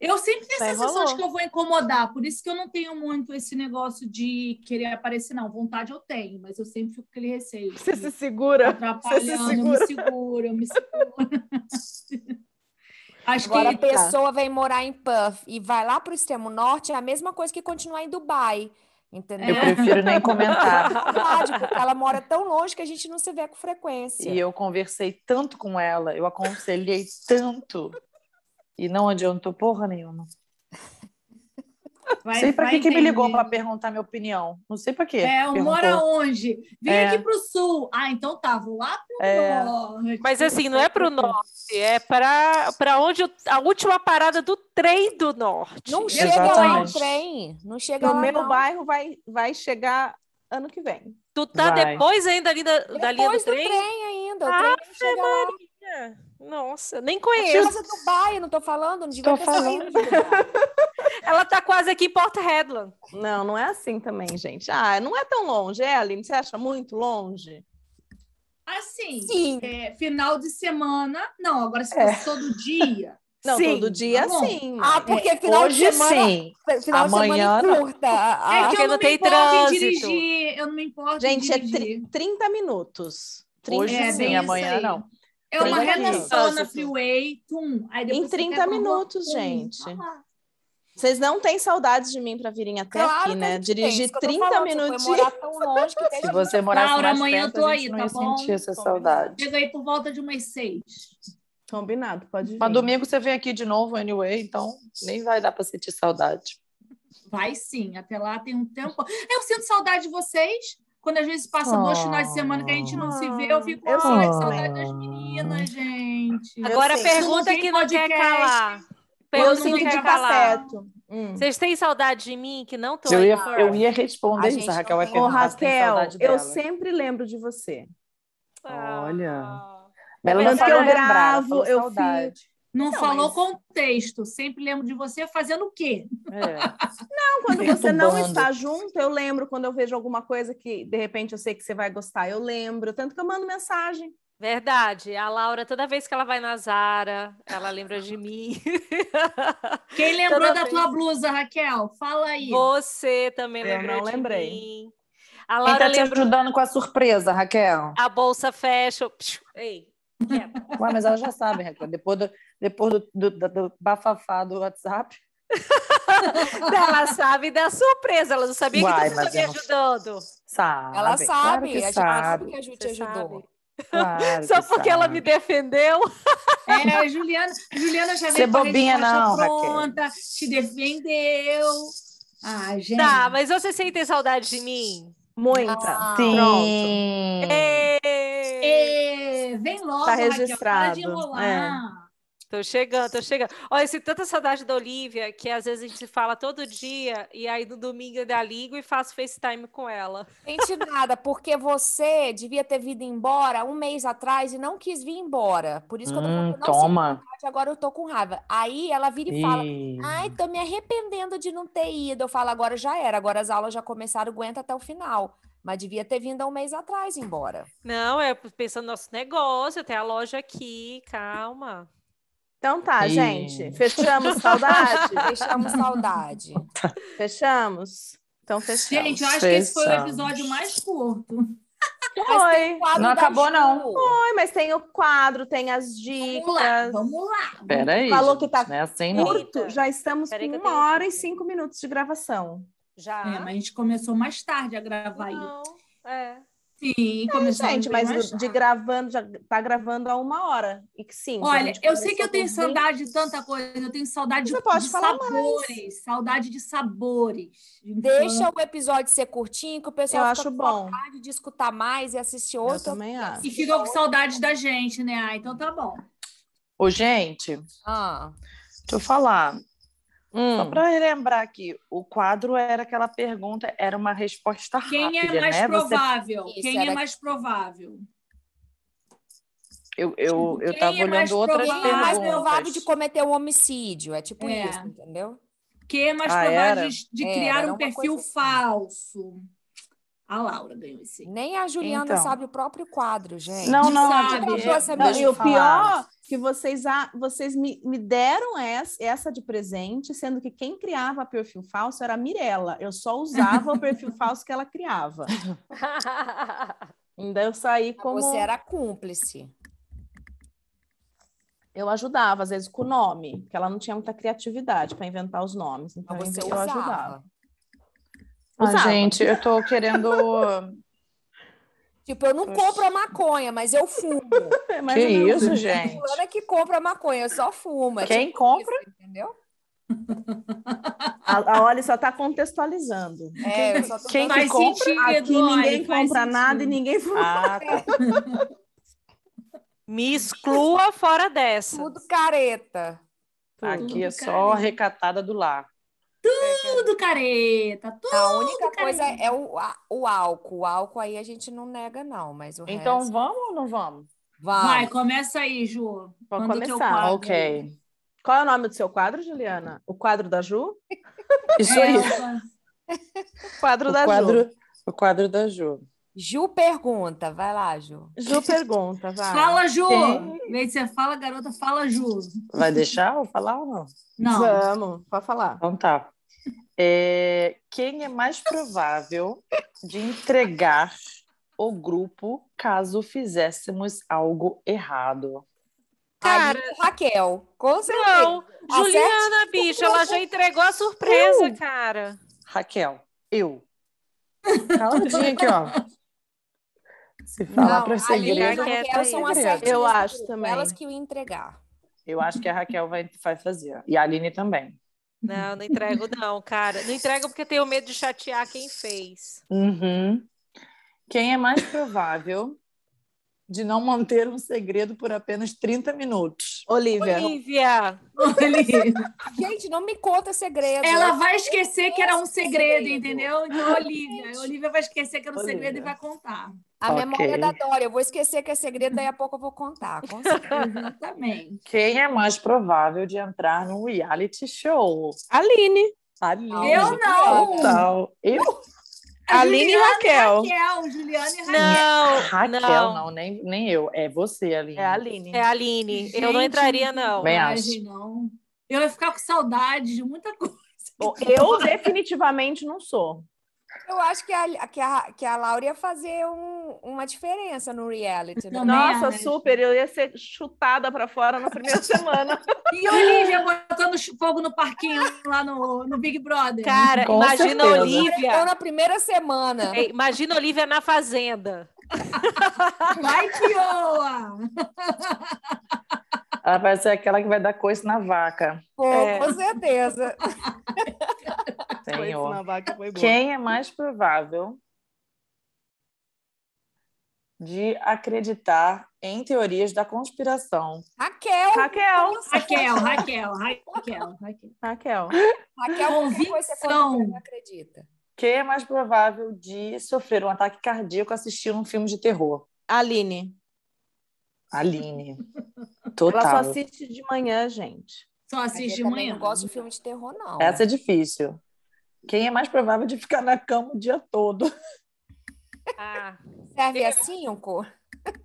[SPEAKER 4] Eu sempre tenho
[SPEAKER 5] Mas
[SPEAKER 4] essa sensação de
[SPEAKER 5] rolou.
[SPEAKER 4] que eu vou incomodar, por isso que eu não tenho muito esse negócio de querer aparecer, não. Vontade eu tenho, mas eu sempre fico com aquele receio.
[SPEAKER 7] Você
[SPEAKER 4] de
[SPEAKER 7] se segura.
[SPEAKER 4] atrapalhando, eu me seguro, eu me seguro. Acho
[SPEAKER 6] Agora a
[SPEAKER 4] que tá.
[SPEAKER 6] pessoa vem morar em Perth e vai lá para o extremo norte, é a mesma coisa que continuar em Dubai,
[SPEAKER 2] Eu
[SPEAKER 6] entendeu?
[SPEAKER 4] É.
[SPEAKER 2] prefiro nem comentar.
[SPEAKER 6] Saudade, porque ela mora tão longe que a gente não se vê com frequência.
[SPEAKER 2] E eu conversei tanto com ela, eu aconselhei tanto. E não adiantou porra nenhuma. Não
[SPEAKER 4] vai,
[SPEAKER 2] sei pra
[SPEAKER 4] vai
[SPEAKER 2] que, que me ligou
[SPEAKER 4] entender.
[SPEAKER 2] pra perguntar minha opinião. Não sei pra quê.
[SPEAKER 4] É, um
[SPEAKER 2] perguntou.
[SPEAKER 4] mora onde? Vem
[SPEAKER 2] É.
[SPEAKER 4] aqui pro sul. Ah, então tá, vou lá pro
[SPEAKER 2] É.
[SPEAKER 4] norte.
[SPEAKER 5] Mas assim, não é para o norte, é para para onde o- a última parada do trem do norte.
[SPEAKER 6] Não
[SPEAKER 2] Exatamente.
[SPEAKER 6] chega lá no trem, não chega
[SPEAKER 7] No
[SPEAKER 6] lá
[SPEAKER 7] meu
[SPEAKER 6] não.
[SPEAKER 7] bairro vai, vai chegar ano que vem.
[SPEAKER 5] Tu tá
[SPEAKER 2] Vai.
[SPEAKER 5] depois ainda ali da, da linha do
[SPEAKER 6] Depois
[SPEAKER 5] trem?
[SPEAKER 6] ainda, o trem não chega lá.
[SPEAKER 5] É. Nossa, nem
[SPEAKER 6] É
[SPEAKER 5] conheço.
[SPEAKER 6] casa do Dubai, não tô falando, não devia
[SPEAKER 2] Tô
[SPEAKER 6] ter
[SPEAKER 2] falando.
[SPEAKER 6] saído de Dubai.
[SPEAKER 5] Ela tá quase aqui em Port Hedland.
[SPEAKER 7] Não, não é assim também, gente. Ah, não é tão longe, é, Aline? Você acha muito longe?
[SPEAKER 4] Assim,
[SPEAKER 6] Sim,
[SPEAKER 4] é, final de semana. Não, agora se
[SPEAKER 2] É.
[SPEAKER 4] fosse todo dia.
[SPEAKER 7] Não,
[SPEAKER 2] Sim,
[SPEAKER 7] todo dia é assim.
[SPEAKER 4] tá bom.
[SPEAKER 7] sim.
[SPEAKER 6] Ah,
[SPEAKER 7] mas-
[SPEAKER 6] porque final
[SPEAKER 2] Hoje
[SPEAKER 6] de semana,
[SPEAKER 2] sim.
[SPEAKER 6] final
[SPEAKER 2] Amanhã
[SPEAKER 6] de
[SPEAKER 2] não.
[SPEAKER 6] semana Ah, curta. a- a-
[SPEAKER 4] é que
[SPEAKER 5] porque
[SPEAKER 4] eu não,
[SPEAKER 5] não
[SPEAKER 4] me
[SPEAKER 5] tem
[SPEAKER 4] importo em
[SPEAKER 5] trânsito.
[SPEAKER 4] dirigir. Eu não me importo
[SPEAKER 7] Gente, é
[SPEAKER 4] em dirigir.
[SPEAKER 7] tri- 30 minutos. 30
[SPEAKER 2] Hoje
[SPEAKER 4] É, bem
[SPEAKER 2] sim,
[SPEAKER 4] isso
[SPEAKER 2] amanhã
[SPEAKER 4] aí.
[SPEAKER 2] não.
[SPEAKER 4] É uma
[SPEAKER 7] 30
[SPEAKER 4] redação na
[SPEAKER 2] minutos.
[SPEAKER 4] freeway, tum. Aí depois
[SPEAKER 7] Em
[SPEAKER 4] você
[SPEAKER 7] 30
[SPEAKER 4] quer pra rua,
[SPEAKER 7] minutos,
[SPEAKER 4] tum,
[SPEAKER 7] gente.
[SPEAKER 4] tá lá.
[SPEAKER 7] Vocês não têm saudades de mim para virem até
[SPEAKER 6] Claro
[SPEAKER 7] aqui,
[SPEAKER 6] que a
[SPEAKER 7] né?
[SPEAKER 6] gente tem,
[SPEAKER 7] Dirigir
[SPEAKER 6] isso que eu tô
[SPEAKER 7] 30
[SPEAKER 6] falando, você foi
[SPEAKER 7] minutinhos.
[SPEAKER 6] morar tão longe que tem
[SPEAKER 2] Se você morasse
[SPEAKER 4] Laura,
[SPEAKER 2] mais
[SPEAKER 4] amanhã eu
[SPEAKER 2] perto,
[SPEAKER 4] tô
[SPEAKER 2] a gente
[SPEAKER 4] aí,
[SPEAKER 2] não
[SPEAKER 4] tá
[SPEAKER 2] ia
[SPEAKER 4] bom?
[SPEAKER 2] sentir essa
[SPEAKER 7] Combinado.
[SPEAKER 2] saudade.
[SPEAKER 4] Chega aí por volta de umas seis.
[SPEAKER 7] Combinado, pode vir.
[SPEAKER 2] Mas domingo você vem aqui de novo, anyway, então nem vai dar pra sentir saudade.
[SPEAKER 4] Vai sim, até lá tem um tempo. Eu sinto saudade de vocês. Quando às vezes passa
[SPEAKER 2] Ah.
[SPEAKER 4] dois finais de semana que a gente não se vê, eu fico eu
[SPEAKER 7] Eu
[SPEAKER 4] com
[SPEAKER 2] sinto
[SPEAKER 4] saudade
[SPEAKER 2] também.
[SPEAKER 4] das meninas, gente.
[SPEAKER 7] Eu
[SPEAKER 5] Agora a
[SPEAKER 7] sei.
[SPEAKER 5] pergunta
[SPEAKER 4] Tudo
[SPEAKER 5] que não
[SPEAKER 4] bem,
[SPEAKER 5] quer
[SPEAKER 4] podcast.
[SPEAKER 5] calar.
[SPEAKER 7] Eu
[SPEAKER 5] Pergunta que não
[SPEAKER 7] sinto
[SPEAKER 5] quer
[SPEAKER 7] de
[SPEAKER 5] calar.
[SPEAKER 7] afeto. Hum.
[SPEAKER 5] Vocês têm saudade de mim que não tô
[SPEAKER 2] Eu
[SPEAKER 5] aí?
[SPEAKER 2] ia, eu ia
[SPEAKER 6] A
[SPEAKER 2] responder
[SPEAKER 6] gente
[SPEAKER 2] isso, a
[SPEAKER 6] não
[SPEAKER 2] Raquel vai
[SPEAKER 6] tem-
[SPEAKER 7] Ô,
[SPEAKER 2] perguntar se tem
[SPEAKER 7] Raquel,
[SPEAKER 2] saudade dela.
[SPEAKER 7] eu sempre lembro de você.
[SPEAKER 2] Olha.
[SPEAKER 5] Tá
[SPEAKER 2] Ela não
[SPEAKER 5] vendo?
[SPEAKER 2] falou
[SPEAKER 5] Eu
[SPEAKER 2] lembrar, ela
[SPEAKER 7] gravo,
[SPEAKER 2] falou
[SPEAKER 7] eu
[SPEAKER 2] saudade.
[SPEAKER 4] Não, falou
[SPEAKER 7] mas-
[SPEAKER 4] contexto. Sempre lembro de você fazendo o quê?
[SPEAKER 2] É.
[SPEAKER 7] Não, quando você não
[SPEAKER 2] Perturbando.
[SPEAKER 7] está junto, eu lembro. Quando eu vejo alguma coisa que, de repente, eu sei que você vai gostar, eu lembro. Tanto que eu mando mensagem.
[SPEAKER 5] Verdade. A Laura, toda vez que ela vai na Zara, ela lembra de mim.
[SPEAKER 4] Quem lembrou
[SPEAKER 5] Toda
[SPEAKER 4] da
[SPEAKER 5] vez.
[SPEAKER 4] tua blusa, Raquel? Fala aí.
[SPEAKER 5] Você também
[SPEAKER 7] Eu
[SPEAKER 5] lembrou
[SPEAKER 7] não
[SPEAKER 5] de
[SPEAKER 7] lembrei.
[SPEAKER 5] mim. A
[SPEAKER 2] Quem
[SPEAKER 5] Laura
[SPEAKER 2] tá
[SPEAKER 6] Então,
[SPEAKER 2] te
[SPEAKER 5] lembrou
[SPEAKER 2] ajudando com a surpresa, Raquel?
[SPEAKER 5] a bolsa fashion. Psiu, Ei, quieta.
[SPEAKER 2] Ué, mas ela já sabe, Raquel. Depois do, depois do, do, do- do bafafá do WhatsApp.
[SPEAKER 5] ela sabe da surpresa. Ela não sabia
[SPEAKER 2] Uai,
[SPEAKER 5] que tu
[SPEAKER 2] mas
[SPEAKER 5] estava me
[SPEAKER 2] eu não-
[SPEAKER 5] ajudando.
[SPEAKER 2] Sabe.
[SPEAKER 6] Ela sabe,
[SPEAKER 2] claro
[SPEAKER 6] a
[SPEAKER 2] que
[SPEAKER 6] gente
[SPEAKER 2] sabe.
[SPEAKER 6] sabe que a Ju te
[SPEAKER 5] Você
[SPEAKER 6] ajudou.
[SPEAKER 2] claro
[SPEAKER 5] Só
[SPEAKER 2] que
[SPEAKER 5] porque ela me
[SPEAKER 2] sabe.
[SPEAKER 5] defendeu.
[SPEAKER 4] É, Juliana, Juliana já
[SPEAKER 2] Você é
[SPEAKER 4] veio com a
[SPEAKER 2] bobinha
[SPEAKER 4] resposta
[SPEAKER 2] não,
[SPEAKER 4] pronta, te defendeu. Ah, gente.
[SPEAKER 5] Tá, mas vocês sentem saudade de mim?
[SPEAKER 7] Muita.
[SPEAKER 6] Ah,
[SPEAKER 2] Sim.
[SPEAKER 5] Ei!
[SPEAKER 4] Ê, É, vem logo,
[SPEAKER 7] Tá
[SPEAKER 4] Raquel, para de
[SPEAKER 7] registrado,
[SPEAKER 4] enrolar.
[SPEAKER 5] Tô chegando, tô chegando. Olha, eu sinto tanta saudade da Olivia que às vezes a gente se fala todo dia e aí no domingo eu ainda ligo e faço FaceTime com ela.
[SPEAKER 6] sente nada, porque você devia ter vindo embora um mês atrás e não quis vir embora. Por isso que eu tô falando,
[SPEAKER 2] Hum,
[SPEAKER 6] que eu não sinto
[SPEAKER 2] toma.
[SPEAKER 6] saudade, agora eu tô com raiva. Aí ela vira e fala,
[SPEAKER 2] Ih.
[SPEAKER 6] Ai, tô me arrependendo de não ter ido. Eu falo, agora já era, agora as aulas já começaram, aguenta até o final. Mas devia ter vindo há um mês atrás embora.
[SPEAKER 5] Não, é pensando no nosso negócio, tem a loja aqui, calma.
[SPEAKER 7] Então tá,
[SPEAKER 2] Ih.
[SPEAKER 7] gente. Fechamos saudade?
[SPEAKER 6] Deixamos saudade.
[SPEAKER 7] fechamos? Então fechamos.
[SPEAKER 4] Gente, eu acho que esse foi o
[SPEAKER 2] Fechamos.
[SPEAKER 4] episódio mais curto.
[SPEAKER 6] Mas tem
[SPEAKER 3] Foi.
[SPEAKER 6] o quadro
[SPEAKER 2] Não
[SPEAKER 6] da
[SPEAKER 2] acabou,
[SPEAKER 6] Ju.
[SPEAKER 2] não.
[SPEAKER 3] Foi, mas tem o quadro, tem as
[SPEAKER 4] Vamos lá,
[SPEAKER 3] dicas.
[SPEAKER 4] vamos lá.
[SPEAKER 2] Peraí.
[SPEAKER 3] Falou
[SPEAKER 2] gente,
[SPEAKER 3] que tá
[SPEAKER 2] Não é assim, não.
[SPEAKER 3] Curto, já estamos
[SPEAKER 5] Peraí
[SPEAKER 3] com
[SPEAKER 5] que eu
[SPEAKER 3] uma
[SPEAKER 5] tenho
[SPEAKER 3] hora e
[SPEAKER 5] aqui.
[SPEAKER 3] cinco minutos de gravação.
[SPEAKER 5] Já.
[SPEAKER 4] É, mas a gente começou mais tarde a gravar aí.
[SPEAKER 5] Tá. Não, é.
[SPEAKER 4] Sim, começou
[SPEAKER 3] Gente,
[SPEAKER 4] bem
[SPEAKER 3] mas
[SPEAKER 4] mais
[SPEAKER 3] de gravando, já tá gravando há uma hora. E que sim.
[SPEAKER 4] Olha, eu sei que eu tenho saudade de tanta coisa, eu tenho saudade de,
[SPEAKER 3] Você pode
[SPEAKER 4] de
[SPEAKER 3] falar
[SPEAKER 4] sabores, saudade de sabores. de infância.
[SPEAKER 6] Deixa o episódio ser curtinho, que o pessoal
[SPEAKER 3] Eu
[SPEAKER 6] fica
[SPEAKER 3] acho
[SPEAKER 6] com
[SPEAKER 3] bom.
[SPEAKER 6] vontade de escutar mais e assistir
[SPEAKER 3] Eu
[SPEAKER 6] outro.
[SPEAKER 3] também acho.
[SPEAKER 4] E ficou com saudade da gente, né? Ah, então tá bom.
[SPEAKER 2] Ô, gente, deixa
[SPEAKER 6] Ah,
[SPEAKER 2] eu falar. Só
[SPEAKER 3] Hum.
[SPEAKER 2] para relembrar aqui, o quadro era aquela pergunta, era uma resposta
[SPEAKER 4] Quem
[SPEAKER 2] rápida,
[SPEAKER 4] é mais
[SPEAKER 2] né? Você-
[SPEAKER 4] provável?
[SPEAKER 6] Isso,
[SPEAKER 4] Quem
[SPEAKER 6] era-
[SPEAKER 4] é mais provável?
[SPEAKER 2] eu, eu, eu
[SPEAKER 4] Quem
[SPEAKER 2] tava
[SPEAKER 4] é mais
[SPEAKER 2] olhando outras
[SPEAKER 6] quem é mais provável
[SPEAKER 2] perguntas.
[SPEAKER 6] de cometer um homicídio? É tipo
[SPEAKER 4] É.
[SPEAKER 6] isso, entendeu?
[SPEAKER 4] Quem é mais
[SPEAKER 2] Ah,
[SPEAKER 4] provável
[SPEAKER 2] era?
[SPEAKER 4] de, de
[SPEAKER 6] Era,
[SPEAKER 4] criar
[SPEAKER 6] era
[SPEAKER 4] um
[SPEAKER 6] uma
[SPEAKER 4] perfil
[SPEAKER 6] coisa assim.
[SPEAKER 4] falso? A Laura ganhou esse.
[SPEAKER 6] Nem a Juliana
[SPEAKER 2] Então.
[SPEAKER 6] sabe o próprio quadro, gente.
[SPEAKER 2] Não, não,
[SPEAKER 4] Sabe,
[SPEAKER 2] Adri,
[SPEAKER 4] gente.
[SPEAKER 2] eu-
[SPEAKER 6] Nossa,
[SPEAKER 3] Não,
[SPEAKER 2] deixa
[SPEAKER 3] e
[SPEAKER 2] eu
[SPEAKER 3] o
[SPEAKER 2] falar.
[SPEAKER 3] pior que vocês, a- vocês me, me deram essa, essa de presente, sendo que quem criava perfil falso era a Mirella. Eu só usava o perfil falso que ela criava. Ainda eu saí como.
[SPEAKER 6] Você era cúmplice.
[SPEAKER 3] Eu ajudava, às vezes, com o nome, porque ela não tinha muita criatividade para inventar os nomes. Então,
[SPEAKER 6] Mas você
[SPEAKER 3] eu ajudava.
[SPEAKER 6] usava.
[SPEAKER 2] Ah,
[SPEAKER 3] Usava.
[SPEAKER 2] gente, eu tô querendo.
[SPEAKER 6] Tipo, eu não compro a maconha, mas eu fumo.
[SPEAKER 3] É mais
[SPEAKER 2] que
[SPEAKER 3] ou menos
[SPEAKER 2] isso, gente?
[SPEAKER 6] Fulana é que compra a maconha, eu só fumo. É
[SPEAKER 2] Quem
[SPEAKER 6] tipo
[SPEAKER 2] compra?
[SPEAKER 6] isso, entendeu?
[SPEAKER 3] A, a Oli só está contextualizando.
[SPEAKER 6] É, eu só tô
[SPEAKER 2] Quem
[SPEAKER 6] dando-
[SPEAKER 2] que
[SPEAKER 4] Faz
[SPEAKER 2] compra?
[SPEAKER 4] Tá sentido,
[SPEAKER 3] Aqui
[SPEAKER 4] olha,
[SPEAKER 3] ninguém
[SPEAKER 4] faz
[SPEAKER 3] compra
[SPEAKER 4] sentido.
[SPEAKER 3] nada e ninguém fuma.
[SPEAKER 2] Ah, tá.
[SPEAKER 5] Me exclua fora dessa.
[SPEAKER 6] tudo careta.
[SPEAKER 2] Aqui é
[SPEAKER 4] Tudo,
[SPEAKER 2] só
[SPEAKER 4] cara.
[SPEAKER 2] recatada do lar.
[SPEAKER 4] Tudo careta, tudo.
[SPEAKER 6] A única
[SPEAKER 4] careta.
[SPEAKER 6] coisa é o, a- o álcool. O álcool aí a gente não nega, não, mas o
[SPEAKER 2] Então
[SPEAKER 6] resto.
[SPEAKER 2] vamos ou não vamos?
[SPEAKER 6] Vamos.
[SPEAKER 4] Vai, começa aí, Ju.
[SPEAKER 3] Vamos
[SPEAKER 4] Manda o teu
[SPEAKER 3] começar.
[SPEAKER 4] quadro.
[SPEAKER 2] Ok.
[SPEAKER 3] Qual é o nome do seu quadro, Juliana? O quadro da Ju?
[SPEAKER 2] Isso
[SPEAKER 4] É,
[SPEAKER 2] aí.
[SPEAKER 4] ela-
[SPEAKER 3] O quadro
[SPEAKER 2] Tá, né? É, O
[SPEAKER 3] da Ju.
[SPEAKER 2] quadro, o quadro da Ju.
[SPEAKER 6] Ju pergunta. Vai lá, Ju.
[SPEAKER 3] Ju pergunta, vai.
[SPEAKER 4] Fala, Ju.
[SPEAKER 2] Quem?
[SPEAKER 4] Em vez de você fala, garota, fala, Ju.
[SPEAKER 2] Vai deixar eu falar ou não?
[SPEAKER 4] Não.
[SPEAKER 3] Vamos, pode falar.
[SPEAKER 2] Então tá. É, quem é mais provável de entregar o grupo caso fizéssemos algo errado?
[SPEAKER 5] Cara-
[SPEAKER 6] Aline e Raquel. Com certeza.
[SPEAKER 5] Não, Juliana, bicha, ela já entregou a surpresa, cara.
[SPEAKER 2] Raquel, eu. Caladinha aqui, ó. Se falar
[SPEAKER 6] Não,
[SPEAKER 2] para
[SPEAKER 6] Aline e
[SPEAKER 2] segredo,
[SPEAKER 6] Raquel são
[SPEAKER 2] segredo.
[SPEAKER 6] as certinhas
[SPEAKER 3] Eu
[SPEAKER 6] do
[SPEAKER 3] acho
[SPEAKER 6] grupo,
[SPEAKER 3] também.
[SPEAKER 6] Elas que o entregar.
[SPEAKER 2] eu acho que a Raquel vai, vai fazer. E a Aline também.
[SPEAKER 5] Não, não entrego, não, cara. Não entrego porque tenho medo de chatear quem fez.
[SPEAKER 2] Uhum. Quem é mais provável de não manter um segredo por apenas 30 minutos?
[SPEAKER 3] Olivia.
[SPEAKER 5] Olivia,
[SPEAKER 4] Olivia.
[SPEAKER 6] Gente, não me conta segredo.
[SPEAKER 4] Ela vai esquecer que era um
[SPEAKER 6] Esse
[SPEAKER 4] segredo,
[SPEAKER 6] segredo.
[SPEAKER 4] entendeu? Então, Olivia. A Olivia vai esquecer que era um
[SPEAKER 3] Olivia.
[SPEAKER 4] segredo e vai contar.
[SPEAKER 6] A
[SPEAKER 2] Ok.
[SPEAKER 6] memória da Dória. Eu vou esquecer que é segredo, daí a pouco eu vou contar. Com certeza.
[SPEAKER 4] Exatamente.
[SPEAKER 2] Quem é mais provável de entrar num reality show?
[SPEAKER 3] Aline.
[SPEAKER 2] Aline.
[SPEAKER 4] Eu não.
[SPEAKER 2] Total. Eu?
[SPEAKER 4] A
[SPEAKER 3] Aline e
[SPEAKER 4] Juliana
[SPEAKER 3] Raquel.
[SPEAKER 4] Raquel, é Juliana e Raquel.
[SPEAKER 5] não,
[SPEAKER 2] Raquel, não,
[SPEAKER 5] não.
[SPEAKER 2] nem, nem eu. É você, Aline.
[SPEAKER 3] É a Aline.
[SPEAKER 5] É a Aline. eu não
[SPEAKER 4] Gente,
[SPEAKER 5] entraria,
[SPEAKER 4] tem
[SPEAKER 5] não.
[SPEAKER 2] Bem,
[SPEAKER 4] coragem,
[SPEAKER 2] acho.
[SPEAKER 4] não. Eu ia ficar com saudade de muita coisa.
[SPEAKER 3] Bom, eu definitivamente não sou.
[SPEAKER 6] Eu acho que a, que a, que a Laura ia fazer um- uma diferença no reality. Né?
[SPEAKER 4] Também é,
[SPEAKER 3] Nossa,
[SPEAKER 4] acho.
[SPEAKER 3] super. Eu ia ser chutada para fora na primeira semana.
[SPEAKER 4] E a Olivia botando chu- fogo no parquinho lá no, no Big Brother.
[SPEAKER 5] Cara,
[SPEAKER 2] Com
[SPEAKER 5] imagina a
[SPEAKER 2] certeza.
[SPEAKER 6] Então,
[SPEAKER 5] Olivia.
[SPEAKER 6] na primeira semana.
[SPEAKER 5] É, Imagina a Olivia na fazenda.
[SPEAKER 4] Vai que oa!
[SPEAKER 2] Ela vai ser aquela que vai dar coice na vaca.
[SPEAKER 6] Pô,
[SPEAKER 5] É.
[SPEAKER 6] com certeza.
[SPEAKER 2] Senhor.
[SPEAKER 3] vaca foi boa.
[SPEAKER 2] Quem é mais provável de acreditar em teorias da conspiração?
[SPEAKER 6] Raquel,
[SPEAKER 3] Raquel.
[SPEAKER 4] Raquel, Raquel, Raquel, Raquel.
[SPEAKER 3] Raquel.
[SPEAKER 6] Raquel, qualquer coisa você conta,
[SPEAKER 4] Convicção.
[SPEAKER 6] você não acredita.
[SPEAKER 2] Quem é mais provável de sofrer um ataque cardíaco assistindo um filme de terror?
[SPEAKER 3] Aline.
[SPEAKER 2] Aline.
[SPEAKER 3] Ela só
[SPEAKER 2] Total.
[SPEAKER 3] assiste de manhã, gente.
[SPEAKER 4] Só
[SPEAKER 6] Mas eu
[SPEAKER 4] assiste de
[SPEAKER 6] também
[SPEAKER 4] manhã.
[SPEAKER 6] não gosto de filme de terror,
[SPEAKER 3] um,
[SPEAKER 6] não.
[SPEAKER 3] né?
[SPEAKER 2] Essa é difícil. Quem é mais provável de ficar na cama o dia todo?
[SPEAKER 5] Ah,
[SPEAKER 6] Serve a cinco?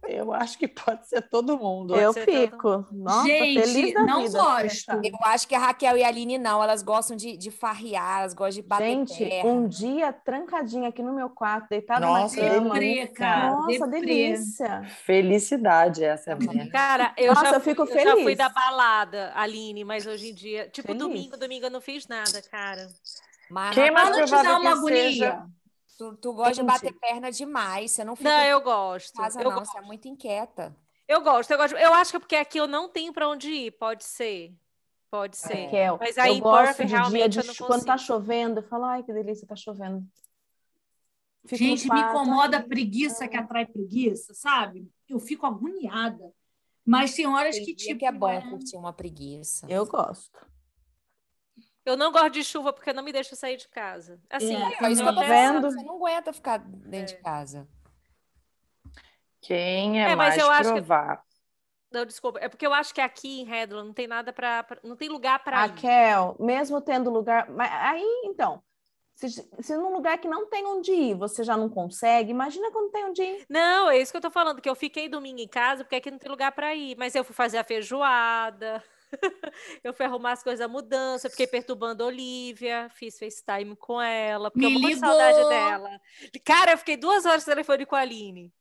[SPEAKER 2] Eu acho que pode ser todo mundo.
[SPEAKER 3] eu
[SPEAKER 5] ser todo
[SPEAKER 3] fico. Nossa,
[SPEAKER 4] tá Gente,
[SPEAKER 3] feliz da
[SPEAKER 4] não
[SPEAKER 3] vida.
[SPEAKER 4] gosto.
[SPEAKER 6] Eu acho que a Raquel e a Aline não, elas gostam de, de farrear, elas gostam de bater
[SPEAKER 3] Gente,
[SPEAKER 6] perna.
[SPEAKER 3] um dia trancadinha aqui no meu quarto, deitada
[SPEAKER 2] Nossa,
[SPEAKER 3] na cama.
[SPEAKER 4] Deprê, cara.
[SPEAKER 3] Nossa,
[SPEAKER 4] deprê.
[SPEAKER 3] delícia.
[SPEAKER 2] Felicidade essa é a minha.
[SPEAKER 5] Cara, eu
[SPEAKER 3] Nossa,
[SPEAKER 5] já
[SPEAKER 3] eu fico
[SPEAKER 5] Eu já fui
[SPEAKER 3] feliz.
[SPEAKER 5] da balada, Aline, mas hoje em dia, tipo,
[SPEAKER 3] Feliz.
[SPEAKER 5] domingo, domingo eu não fiz nada, cara.
[SPEAKER 6] Mas
[SPEAKER 2] Quem mais
[SPEAKER 4] Mas
[SPEAKER 6] Raquel,
[SPEAKER 4] não te
[SPEAKER 2] provável
[SPEAKER 4] dá uma
[SPEAKER 2] que
[SPEAKER 4] agonia.
[SPEAKER 2] seja-
[SPEAKER 6] tu, tu gosta de
[SPEAKER 3] Gente.
[SPEAKER 6] bater perna demais, você não fica
[SPEAKER 5] Não,
[SPEAKER 6] em
[SPEAKER 5] eu gosto.
[SPEAKER 6] casa
[SPEAKER 5] Eu,
[SPEAKER 6] não,
[SPEAKER 5] go-
[SPEAKER 6] você é muito inquieta.
[SPEAKER 5] eu gosto, eu gosto. Eu acho que é porque aqui eu não tenho pra onde ir, pode ser. Pode ser.
[SPEAKER 4] É.
[SPEAKER 3] Raquel,
[SPEAKER 5] Mas aí
[SPEAKER 3] eu
[SPEAKER 5] em
[SPEAKER 3] gosto
[SPEAKER 5] Perth,
[SPEAKER 3] de dia
[SPEAKER 5] realmente,
[SPEAKER 3] de
[SPEAKER 5] eu não
[SPEAKER 3] chu- quando tá
[SPEAKER 5] consigo.
[SPEAKER 3] chovendo, eu falo, ai, que delícia, tá chovendo. Fico no
[SPEAKER 4] Gente, me
[SPEAKER 3] quarto,
[SPEAKER 4] incomoda a
[SPEAKER 3] ai,
[SPEAKER 4] preguiça que atrai preguiça, sabe? Eu fico agoniada. Mas tem horas
[SPEAKER 6] Tem
[SPEAKER 4] que,
[SPEAKER 6] dia
[SPEAKER 4] tipo.
[SPEAKER 6] que é bom
[SPEAKER 4] é-
[SPEAKER 6] curtir uma preguiça.
[SPEAKER 3] Eu gosto.
[SPEAKER 5] Eu não gosto de chuva porque não me deixa sair de casa. Assim,
[SPEAKER 4] É,
[SPEAKER 6] É isso que eu tô
[SPEAKER 5] acontece-
[SPEAKER 3] vendo.
[SPEAKER 6] pensando, você não aguenta ficar dentro de casa.
[SPEAKER 2] Quem é,
[SPEAKER 5] É, mas
[SPEAKER 2] mais
[SPEAKER 5] eu acho que-
[SPEAKER 2] provável?
[SPEAKER 5] Não, desculpa. É porque eu acho que aqui em Redland não tem nada pra. pra- Não tem lugar pra
[SPEAKER 4] é-
[SPEAKER 5] ir.
[SPEAKER 3] Raquel, mesmo tendo lugar. Mas aí, então, se, se num lugar que não tem onde ir, você já não consegue, imagina quando tem onde ir.
[SPEAKER 5] Não, é isso que eu tô falando, que eu fiquei domingo em casa porque aqui não tem lugar pra ir. Mas eu fui fazer a feijoada, eu fui arrumar as coisas da mudança, eu fiquei perturbando a Olivia, fiz FaceTime com ela, porque
[SPEAKER 4] Me
[SPEAKER 5] eu morro de
[SPEAKER 4] ligou!
[SPEAKER 5] saudade dela. Cara, eu fiquei duas horas no telefone com a Aline.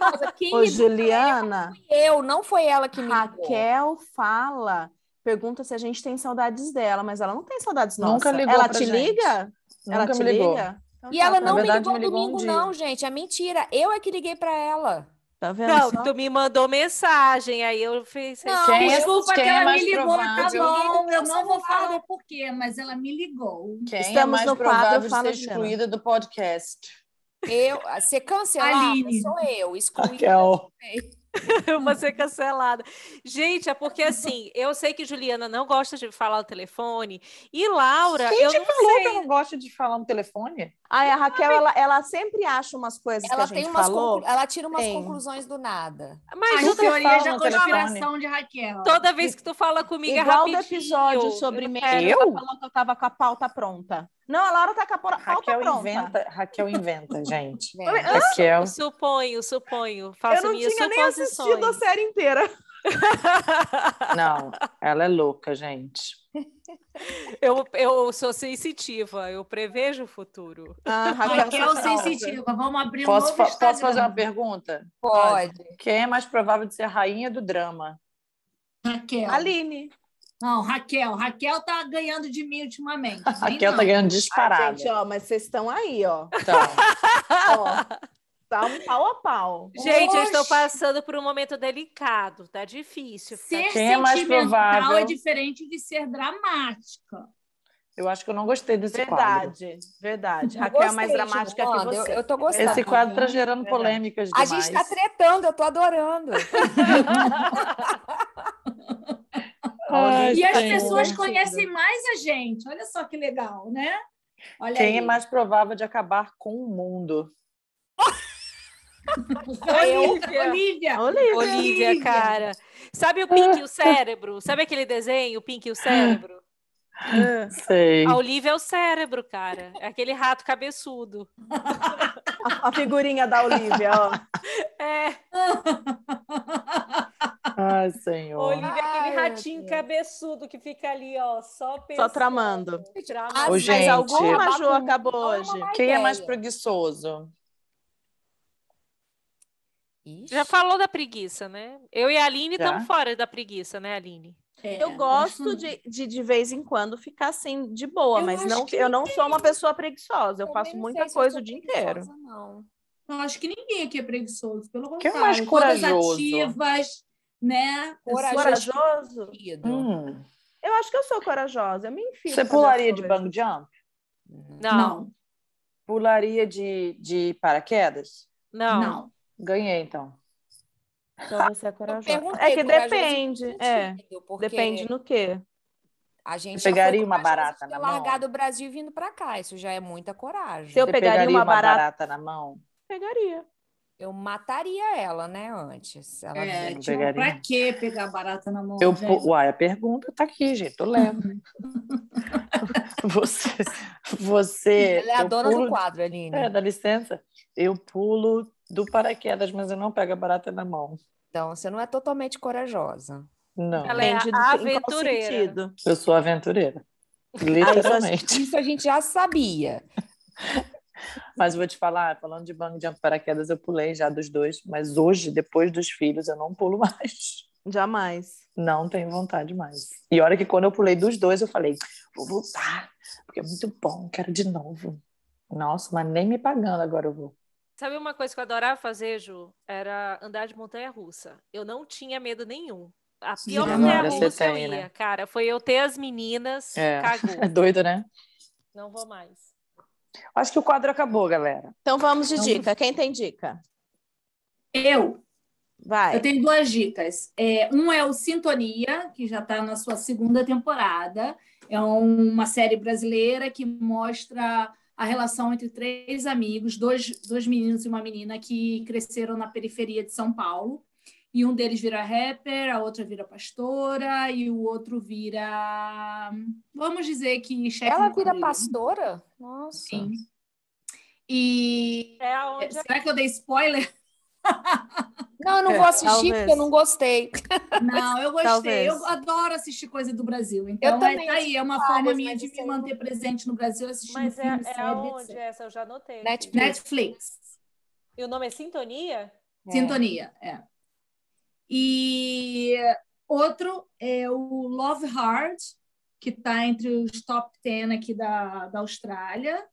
[SPEAKER 6] Nossa, quem
[SPEAKER 3] Ô,
[SPEAKER 5] é
[SPEAKER 6] ligou?
[SPEAKER 3] Juliana,
[SPEAKER 6] Eu, não foi ela que me ligou.
[SPEAKER 3] Raquel fala, pergunta se a gente tem saudades dela, mas ela não tem saudades nossas.
[SPEAKER 2] Nunca ligou
[SPEAKER 3] Ela
[SPEAKER 2] pra
[SPEAKER 3] te
[SPEAKER 2] gente.
[SPEAKER 3] liga? ela
[SPEAKER 2] Nunca
[SPEAKER 3] te
[SPEAKER 2] me ligou.
[SPEAKER 3] liga? Então
[SPEAKER 6] E
[SPEAKER 3] tá,
[SPEAKER 6] ela
[SPEAKER 3] tá
[SPEAKER 6] não
[SPEAKER 3] vendo?
[SPEAKER 6] me
[SPEAKER 2] verdade,
[SPEAKER 6] ligou
[SPEAKER 2] me ligou um
[SPEAKER 6] domingo,
[SPEAKER 2] dia.
[SPEAKER 6] não, gente. É mentira. Eu é que liguei pra ela.
[SPEAKER 3] Tá vendo
[SPEAKER 5] Não,
[SPEAKER 3] só?
[SPEAKER 5] tu me mandou mensagem, aí eu fiz.
[SPEAKER 6] Não,
[SPEAKER 2] Quem é-
[SPEAKER 4] Desculpa
[SPEAKER 2] quem
[SPEAKER 4] que
[SPEAKER 2] é
[SPEAKER 4] ela me
[SPEAKER 2] mais
[SPEAKER 4] ligou, tá
[SPEAKER 2] provável?
[SPEAKER 4] bom. Eu
[SPEAKER 6] Meu
[SPEAKER 4] não vou
[SPEAKER 6] celular.
[SPEAKER 4] falar por quê, mas ela me ligou.
[SPEAKER 2] Quem é
[SPEAKER 3] Estamos
[SPEAKER 2] mais
[SPEAKER 3] no quadro
[SPEAKER 2] provável de
[SPEAKER 3] Fala,
[SPEAKER 2] ser
[SPEAKER 3] Xena.
[SPEAKER 2] excluída do podcast?
[SPEAKER 6] Eu, a ser cancelada
[SPEAKER 4] Aline.
[SPEAKER 6] sou eu, excluída.
[SPEAKER 2] Raquel.
[SPEAKER 5] Eu vou ser cancelada. Gente, é porque assim, eu sei que Juliana não gosta de falar no telefone. E Laura,
[SPEAKER 2] Quem
[SPEAKER 5] eu
[SPEAKER 2] te
[SPEAKER 5] não
[SPEAKER 2] falou
[SPEAKER 5] sei.
[SPEAKER 2] que eu não gosto de falar no telefone?
[SPEAKER 3] Ai, a Raquel, ela, ela sempre acha umas coisas
[SPEAKER 6] Ela
[SPEAKER 3] que a gente
[SPEAKER 6] tem umas
[SPEAKER 3] falou.
[SPEAKER 6] conclu- ela tira umas
[SPEAKER 3] Tem.
[SPEAKER 6] conclusões do nada.
[SPEAKER 5] Mas
[SPEAKER 4] As
[SPEAKER 2] Nunca
[SPEAKER 4] teorias
[SPEAKER 2] fala
[SPEAKER 4] da
[SPEAKER 2] no
[SPEAKER 4] conspiração de Raquel.
[SPEAKER 5] Toda vez que tu fala comigo é
[SPEAKER 3] Igual do
[SPEAKER 5] rapidinho.
[SPEAKER 3] episódio sobre
[SPEAKER 5] Eu-
[SPEAKER 3] mim.
[SPEAKER 5] é,
[SPEAKER 2] Eu?
[SPEAKER 3] Ela falou que eu tava com a pauta pronta. Não, a Laura tá com a pauta
[SPEAKER 2] Raquel
[SPEAKER 3] pronta.
[SPEAKER 2] inventa, Raquel inventa, gente.
[SPEAKER 6] né?
[SPEAKER 2] Raquel.
[SPEAKER 5] Suponho, suponho.
[SPEAKER 3] Eu
[SPEAKER 5] Faço
[SPEAKER 3] não
[SPEAKER 5] minhas
[SPEAKER 3] tinha nem
[SPEAKER 5] suposições.
[SPEAKER 3] assistido a série inteira.
[SPEAKER 2] Não, ela é louca, gente.
[SPEAKER 5] eu, eu sou sensitiva, eu prevejo o futuro.
[SPEAKER 3] Ah,
[SPEAKER 4] Raquel
[SPEAKER 3] você falta.
[SPEAKER 4] sensitiva, vamos abrir um
[SPEAKER 2] Posso,
[SPEAKER 4] novo
[SPEAKER 2] fa-
[SPEAKER 4] Instagram.
[SPEAKER 2] posso fazer uma pergunta?
[SPEAKER 6] Pode.
[SPEAKER 2] Quem é mais provável de ser a rainha do drama?
[SPEAKER 4] Raquel.
[SPEAKER 3] Aline.
[SPEAKER 4] Não, Raquel. Raquel tá ganhando de mim ultimamente. Vem
[SPEAKER 2] Raquel
[SPEAKER 4] não.
[SPEAKER 2] tá ganhando
[SPEAKER 3] Ai,
[SPEAKER 2] disparada.
[SPEAKER 3] Ah, gente, ó, mas vocês estão aí, ó.
[SPEAKER 2] Então,
[SPEAKER 3] Ó, Tá um pau a pau.
[SPEAKER 5] Gente, eu estou
[SPEAKER 4] Oxi.
[SPEAKER 5] passando por um momento delicado, tá difícil. tá
[SPEAKER 4] Ser
[SPEAKER 2] Quem é mais
[SPEAKER 4] sentimental
[SPEAKER 2] provável?
[SPEAKER 4] é diferente de ser dramática.
[SPEAKER 2] eu acho que eu não gostei desse quadro.
[SPEAKER 3] Verdade, verdade. Raquel é mais
[SPEAKER 6] Gostei,
[SPEAKER 3] dramática que
[SPEAKER 6] Giovana,
[SPEAKER 3] você.
[SPEAKER 6] Eu, eu tô gostando.
[SPEAKER 2] Esse quadro tá gerando
[SPEAKER 3] Verdade.
[SPEAKER 2] polêmicas
[SPEAKER 6] A
[SPEAKER 2] demais.
[SPEAKER 6] gente tá tretando, eu tô adorando.
[SPEAKER 2] Ai,
[SPEAKER 4] E as
[SPEAKER 2] gente.
[SPEAKER 4] pessoas conhecem mais a gente. Olha só que legal, né? Olha
[SPEAKER 2] Quem é
[SPEAKER 4] aí.
[SPEAKER 2] mais provável de acabar com o mundo?
[SPEAKER 4] Olivia. Olivia.
[SPEAKER 3] Olivia.
[SPEAKER 5] Olivia, cara. Sabe o Pink e o cérebro? Sabe aquele desenho, o Pink e o cérebro?
[SPEAKER 3] Ah.
[SPEAKER 2] Sei.
[SPEAKER 5] A Olivia é o cérebro, cara. É aquele rato cabeçudo.
[SPEAKER 3] A, a figurinha da Olivia, ó.
[SPEAKER 5] É,
[SPEAKER 2] Ai, senhor.
[SPEAKER 5] Olivia é aquele
[SPEAKER 6] Ai, meu
[SPEAKER 5] ratinho
[SPEAKER 6] Deus.
[SPEAKER 5] cabeçdo que fica ali, ó, só
[SPEAKER 3] Só
[SPEAKER 5] pensando.
[SPEAKER 3] tramando.
[SPEAKER 5] Tramando.
[SPEAKER 6] As-
[SPEAKER 2] Ô,
[SPEAKER 6] mas
[SPEAKER 2] gente.
[SPEAKER 3] alguma, Ju,
[SPEAKER 6] com-
[SPEAKER 3] acabou
[SPEAKER 6] não é uma
[SPEAKER 3] hoje.
[SPEAKER 6] má
[SPEAKER 2] Quem é mais
[SPEAKER 6] ideia.
[SPEAKER 2] preguiçoso?
[SPEAKER 6] Ixi.
[SPEAKER 5] Já falou da preguiça, né? Eu e a Aline
[SPEAKER 2] Já.
[SPEAKER 5] estamos fora da preguiça, né, Aline?
[SPEAKER 4] É,
[SPEAKER 3] Eu gosto de, de de vez em quando ficar assim de boa,
[SPEAKER 6] Eu
[SPEAKER 3] mas
[SPEAKER 6] acho
[SPEAKER 3] não
[SPEAKER 6] que
[SPEAKER 3] eu não sou uma pessoa preguiçosa, eu
[SPEAKER 6] Também
[SPEAKER 3] faço
[SPEAKER 6] não
[SPEAKER 3] muita
[SPEAKER 6] sei se eu
[SPEAKER 3] coisa
[SPEAKER 6] sou
[SPEAKER 3] o dia inteiro.
[SPEAKER 6] preguiçosa, não.
[SPEAKER 4] Eu acho que ninguém aqui é preguiçoso, pelo
[SPEAKER 2] Quem
[SPEAKER 4] contrário.
[SPEAKER 2] é mais corajoso?
[SPEAKER 4] Todas ativas, né?
[SPEAKER 6] Corajoso.
[SPEAKER 3] Corajoso?
[SPEAKER 6] Querido.
[SPEAKER 2] Hum.
[SPEAKER 3] Eu acho que eu sou corajosa, eu me enfio. pra
[SPEAKER 2] Você
[SPEAKER 3] fazer
[SPEAKER 2] pularia
[SPEAKER 3] as
[SPEAKER 2] de
[SPEAKER 3] coisas.
[SPEAKER 2] bang jump?
[SPEAKER 5] Não,
[SPEAKER 4] Não,
[SPEAKER 2] Pularia de, de paraquedas?
[SPEAKER 5] não.
[SPEAKER 4] não.
[SPEAKER 2] Ganhei, então.
[SPEAKER 3] Então você é
[SPEAKER 6] Eu
[SPEAKER 3] corajosa.
[SPEAKER 6] perguntei,
[SPEAKER 3] É que
[SPEAKER 6] corajoso em
[SPEAKER 3] depende,
[SPEAKER 6] que
[SPEAKER 3] é.
[SPEAKER 6] sentido? Porque
[SPEAKER 3] Depende no quê?
[SPEAKER 6] a gente
[SPEAKER 2] Eu
[SPEAKER 6] já foi
[SPEAKER 2] pegaria uma
[SPEAKER 6] corajoso de
[SPEAKER 2] barata
[SPEAKER 6] ter
[SPEAKER 2] na mão.
[SPEAKER 6] largado o Brasil e vindo pra cá. Isso já é muita coragem.
[SPEAKER 3] Se eu
[SPEAKER 2] Você
[SPEAKER 3] pegaria uma barata-
[SPEAKER 2] na mão?
[SPEAKER 3] Pegaria.
[SPEAKER 6] Eu mataria ela, né, antes. Ela
[SPEAKER 4] É,
[SPEAKER 6] veio.
[SPEAKER 4] tipo,
[SPEAKER 2] pegaria.
[SPEAKER 4] pra que pegar barata na mão?
[SPEAKER 2] Eu,
[SPEAKER 4] gente?
[SPEAKER 2] po- uai, a pergunta tá aqui, gente, eu levo. você, você...
[SPEAKER 6] Ela é a
[SPEAKER 2] eu
[SPEAKER 6] dona do
[SPEAKER 2] pulo-
[SPEAKER 6] quadro, Aline.
[SPEAKER 2] É, dá licença. Eu pulo do paraquedas, mas eu não pego a barata na mão.
[SPEAKER 6] Então, você não é totalmente corajosa.
[SPEAKER 2] Não,
[SPEAKER 5] Ela é
[SPEAKER 3] Depende do- em
[SPEAKER 5] a
[SPEAKER 3] qual
[SPEAKER 5] aventureira.
[SPEAKER 3] sentido.
[SPEAKER 6] é-
[SPEAKER 2] eu sou aventureira. Literalmente.
[SPEAKER 6] Isso a gente já sabia.
[SPEAKER 2] Mas vou te falar, falando de banco de paraquedas, eu pulei já dos dois, mas hoje, depois dos filhos, eu não pulo mais.
[SPEAKER 3] Jamais.
[SPEAKER 2] Não tenho vontade mais. E olha que quando eu pulei dos dois, eu falei, vou voltar, porque é muito bom, quero de novo. Nossa, mas nem me pagando agora eu vou.
[SPEAKER 5] Sabe uma coisa que eu adorava fazer, Ju? Era andar de montanha-russa. Eu não tinha medo nenhum. A pior
[SPEAKER 2] você
[SPEAKER 4] Agora
[SPEAKER 5] montanha-russa eu
[SPEAKER 2] tem,
[SPEAKER 5] ia,
[SPEAKER 2] né?
[SPEAKER 5] cara. Foi eu ter as meninas,
[SPEAKER 2] É. É
[SPEAKER 5] cagou.
[SPEAKER 2] doido, né?
[SPEAKER 5] Não vou mais.
[SPEAKER 2] Acho que o quadro acabou, galera.
[SPEAKER 3] Então vamos de
[SPEAKER 4] Então-
[SPEAKER 3] dica. Quem tem dica?
[SPEAKER 4] Eu,
[SPEAKER 3] Vai.
[SPEAKER 4] Eu tenho duas dicas. É, um é o Sintonia, que já está na sua segunda temporada. É uma série brasileira que mostra a relação entre três amigos, dois, dois meninos e uma menina que cresceram na periferia de São Paulo. E um deles vira rapper, a outra vira pastora, e o outro vira. Vamos dizer que chefe.
[SPEAKER 6] Ela
[SPEAKER 4] do
[SPEAKER 6] vira
[SPEAKER 4] correio.
[SPEAKER 6] pastora? Nossa.
[SPEAKER 4] Sim. E.
[SPEAKER 5] É aonde
[SPEAKER 4] Será que eu dei spoiler?
[SPEAKER 6] Não, eu não
[SPEAKER 2] É,
[SPEAKER 6] vou assistir
[SPEAKER 3] talvez.
[SPEAKER 6] porque eu não gostei.
[SPEAKER 4] Não, eu gostei.
[SPEAKER 3] Talvez.
[SPEAKER 4] Eu adoro assistir coisa do Brasil. Então, é,
[SPEAKER 6] também
[SPEAKER 4] tá aí, é uma
[SPEAKER 6] assisto
[SPEAKER 4] forma
[SPEAKER 6] várias,
[SPEAKER 4] minha
[SPEAKER 6] mas
[SPEAKER 4] de
[SPEAKER 6] isso
[SPEAKER 4] me
[SPEAKER 6] aí eu não-
[SPEAKER 4] manter presente no Brasil assistindo
[SPEAKER 5] Mas é,
[SPEAKER 4] filme,
[SPEAKER 5] é
[SPEAKER 4] série,
[SPEAKER 5] aonde
[SPEAKER 4] etc.
[SPEAKER 5] essa? Eu já anotei. aqui.
[SPEAKER 6] Netflix.
[SPEAKER 4] Netflix,
[SPEAKER 5] E o nome é Sintonia?
[SPEAKER 4] Sintonia, é. E outro é o Love Hard, que está entre os top 10 aqui da, da Austrália,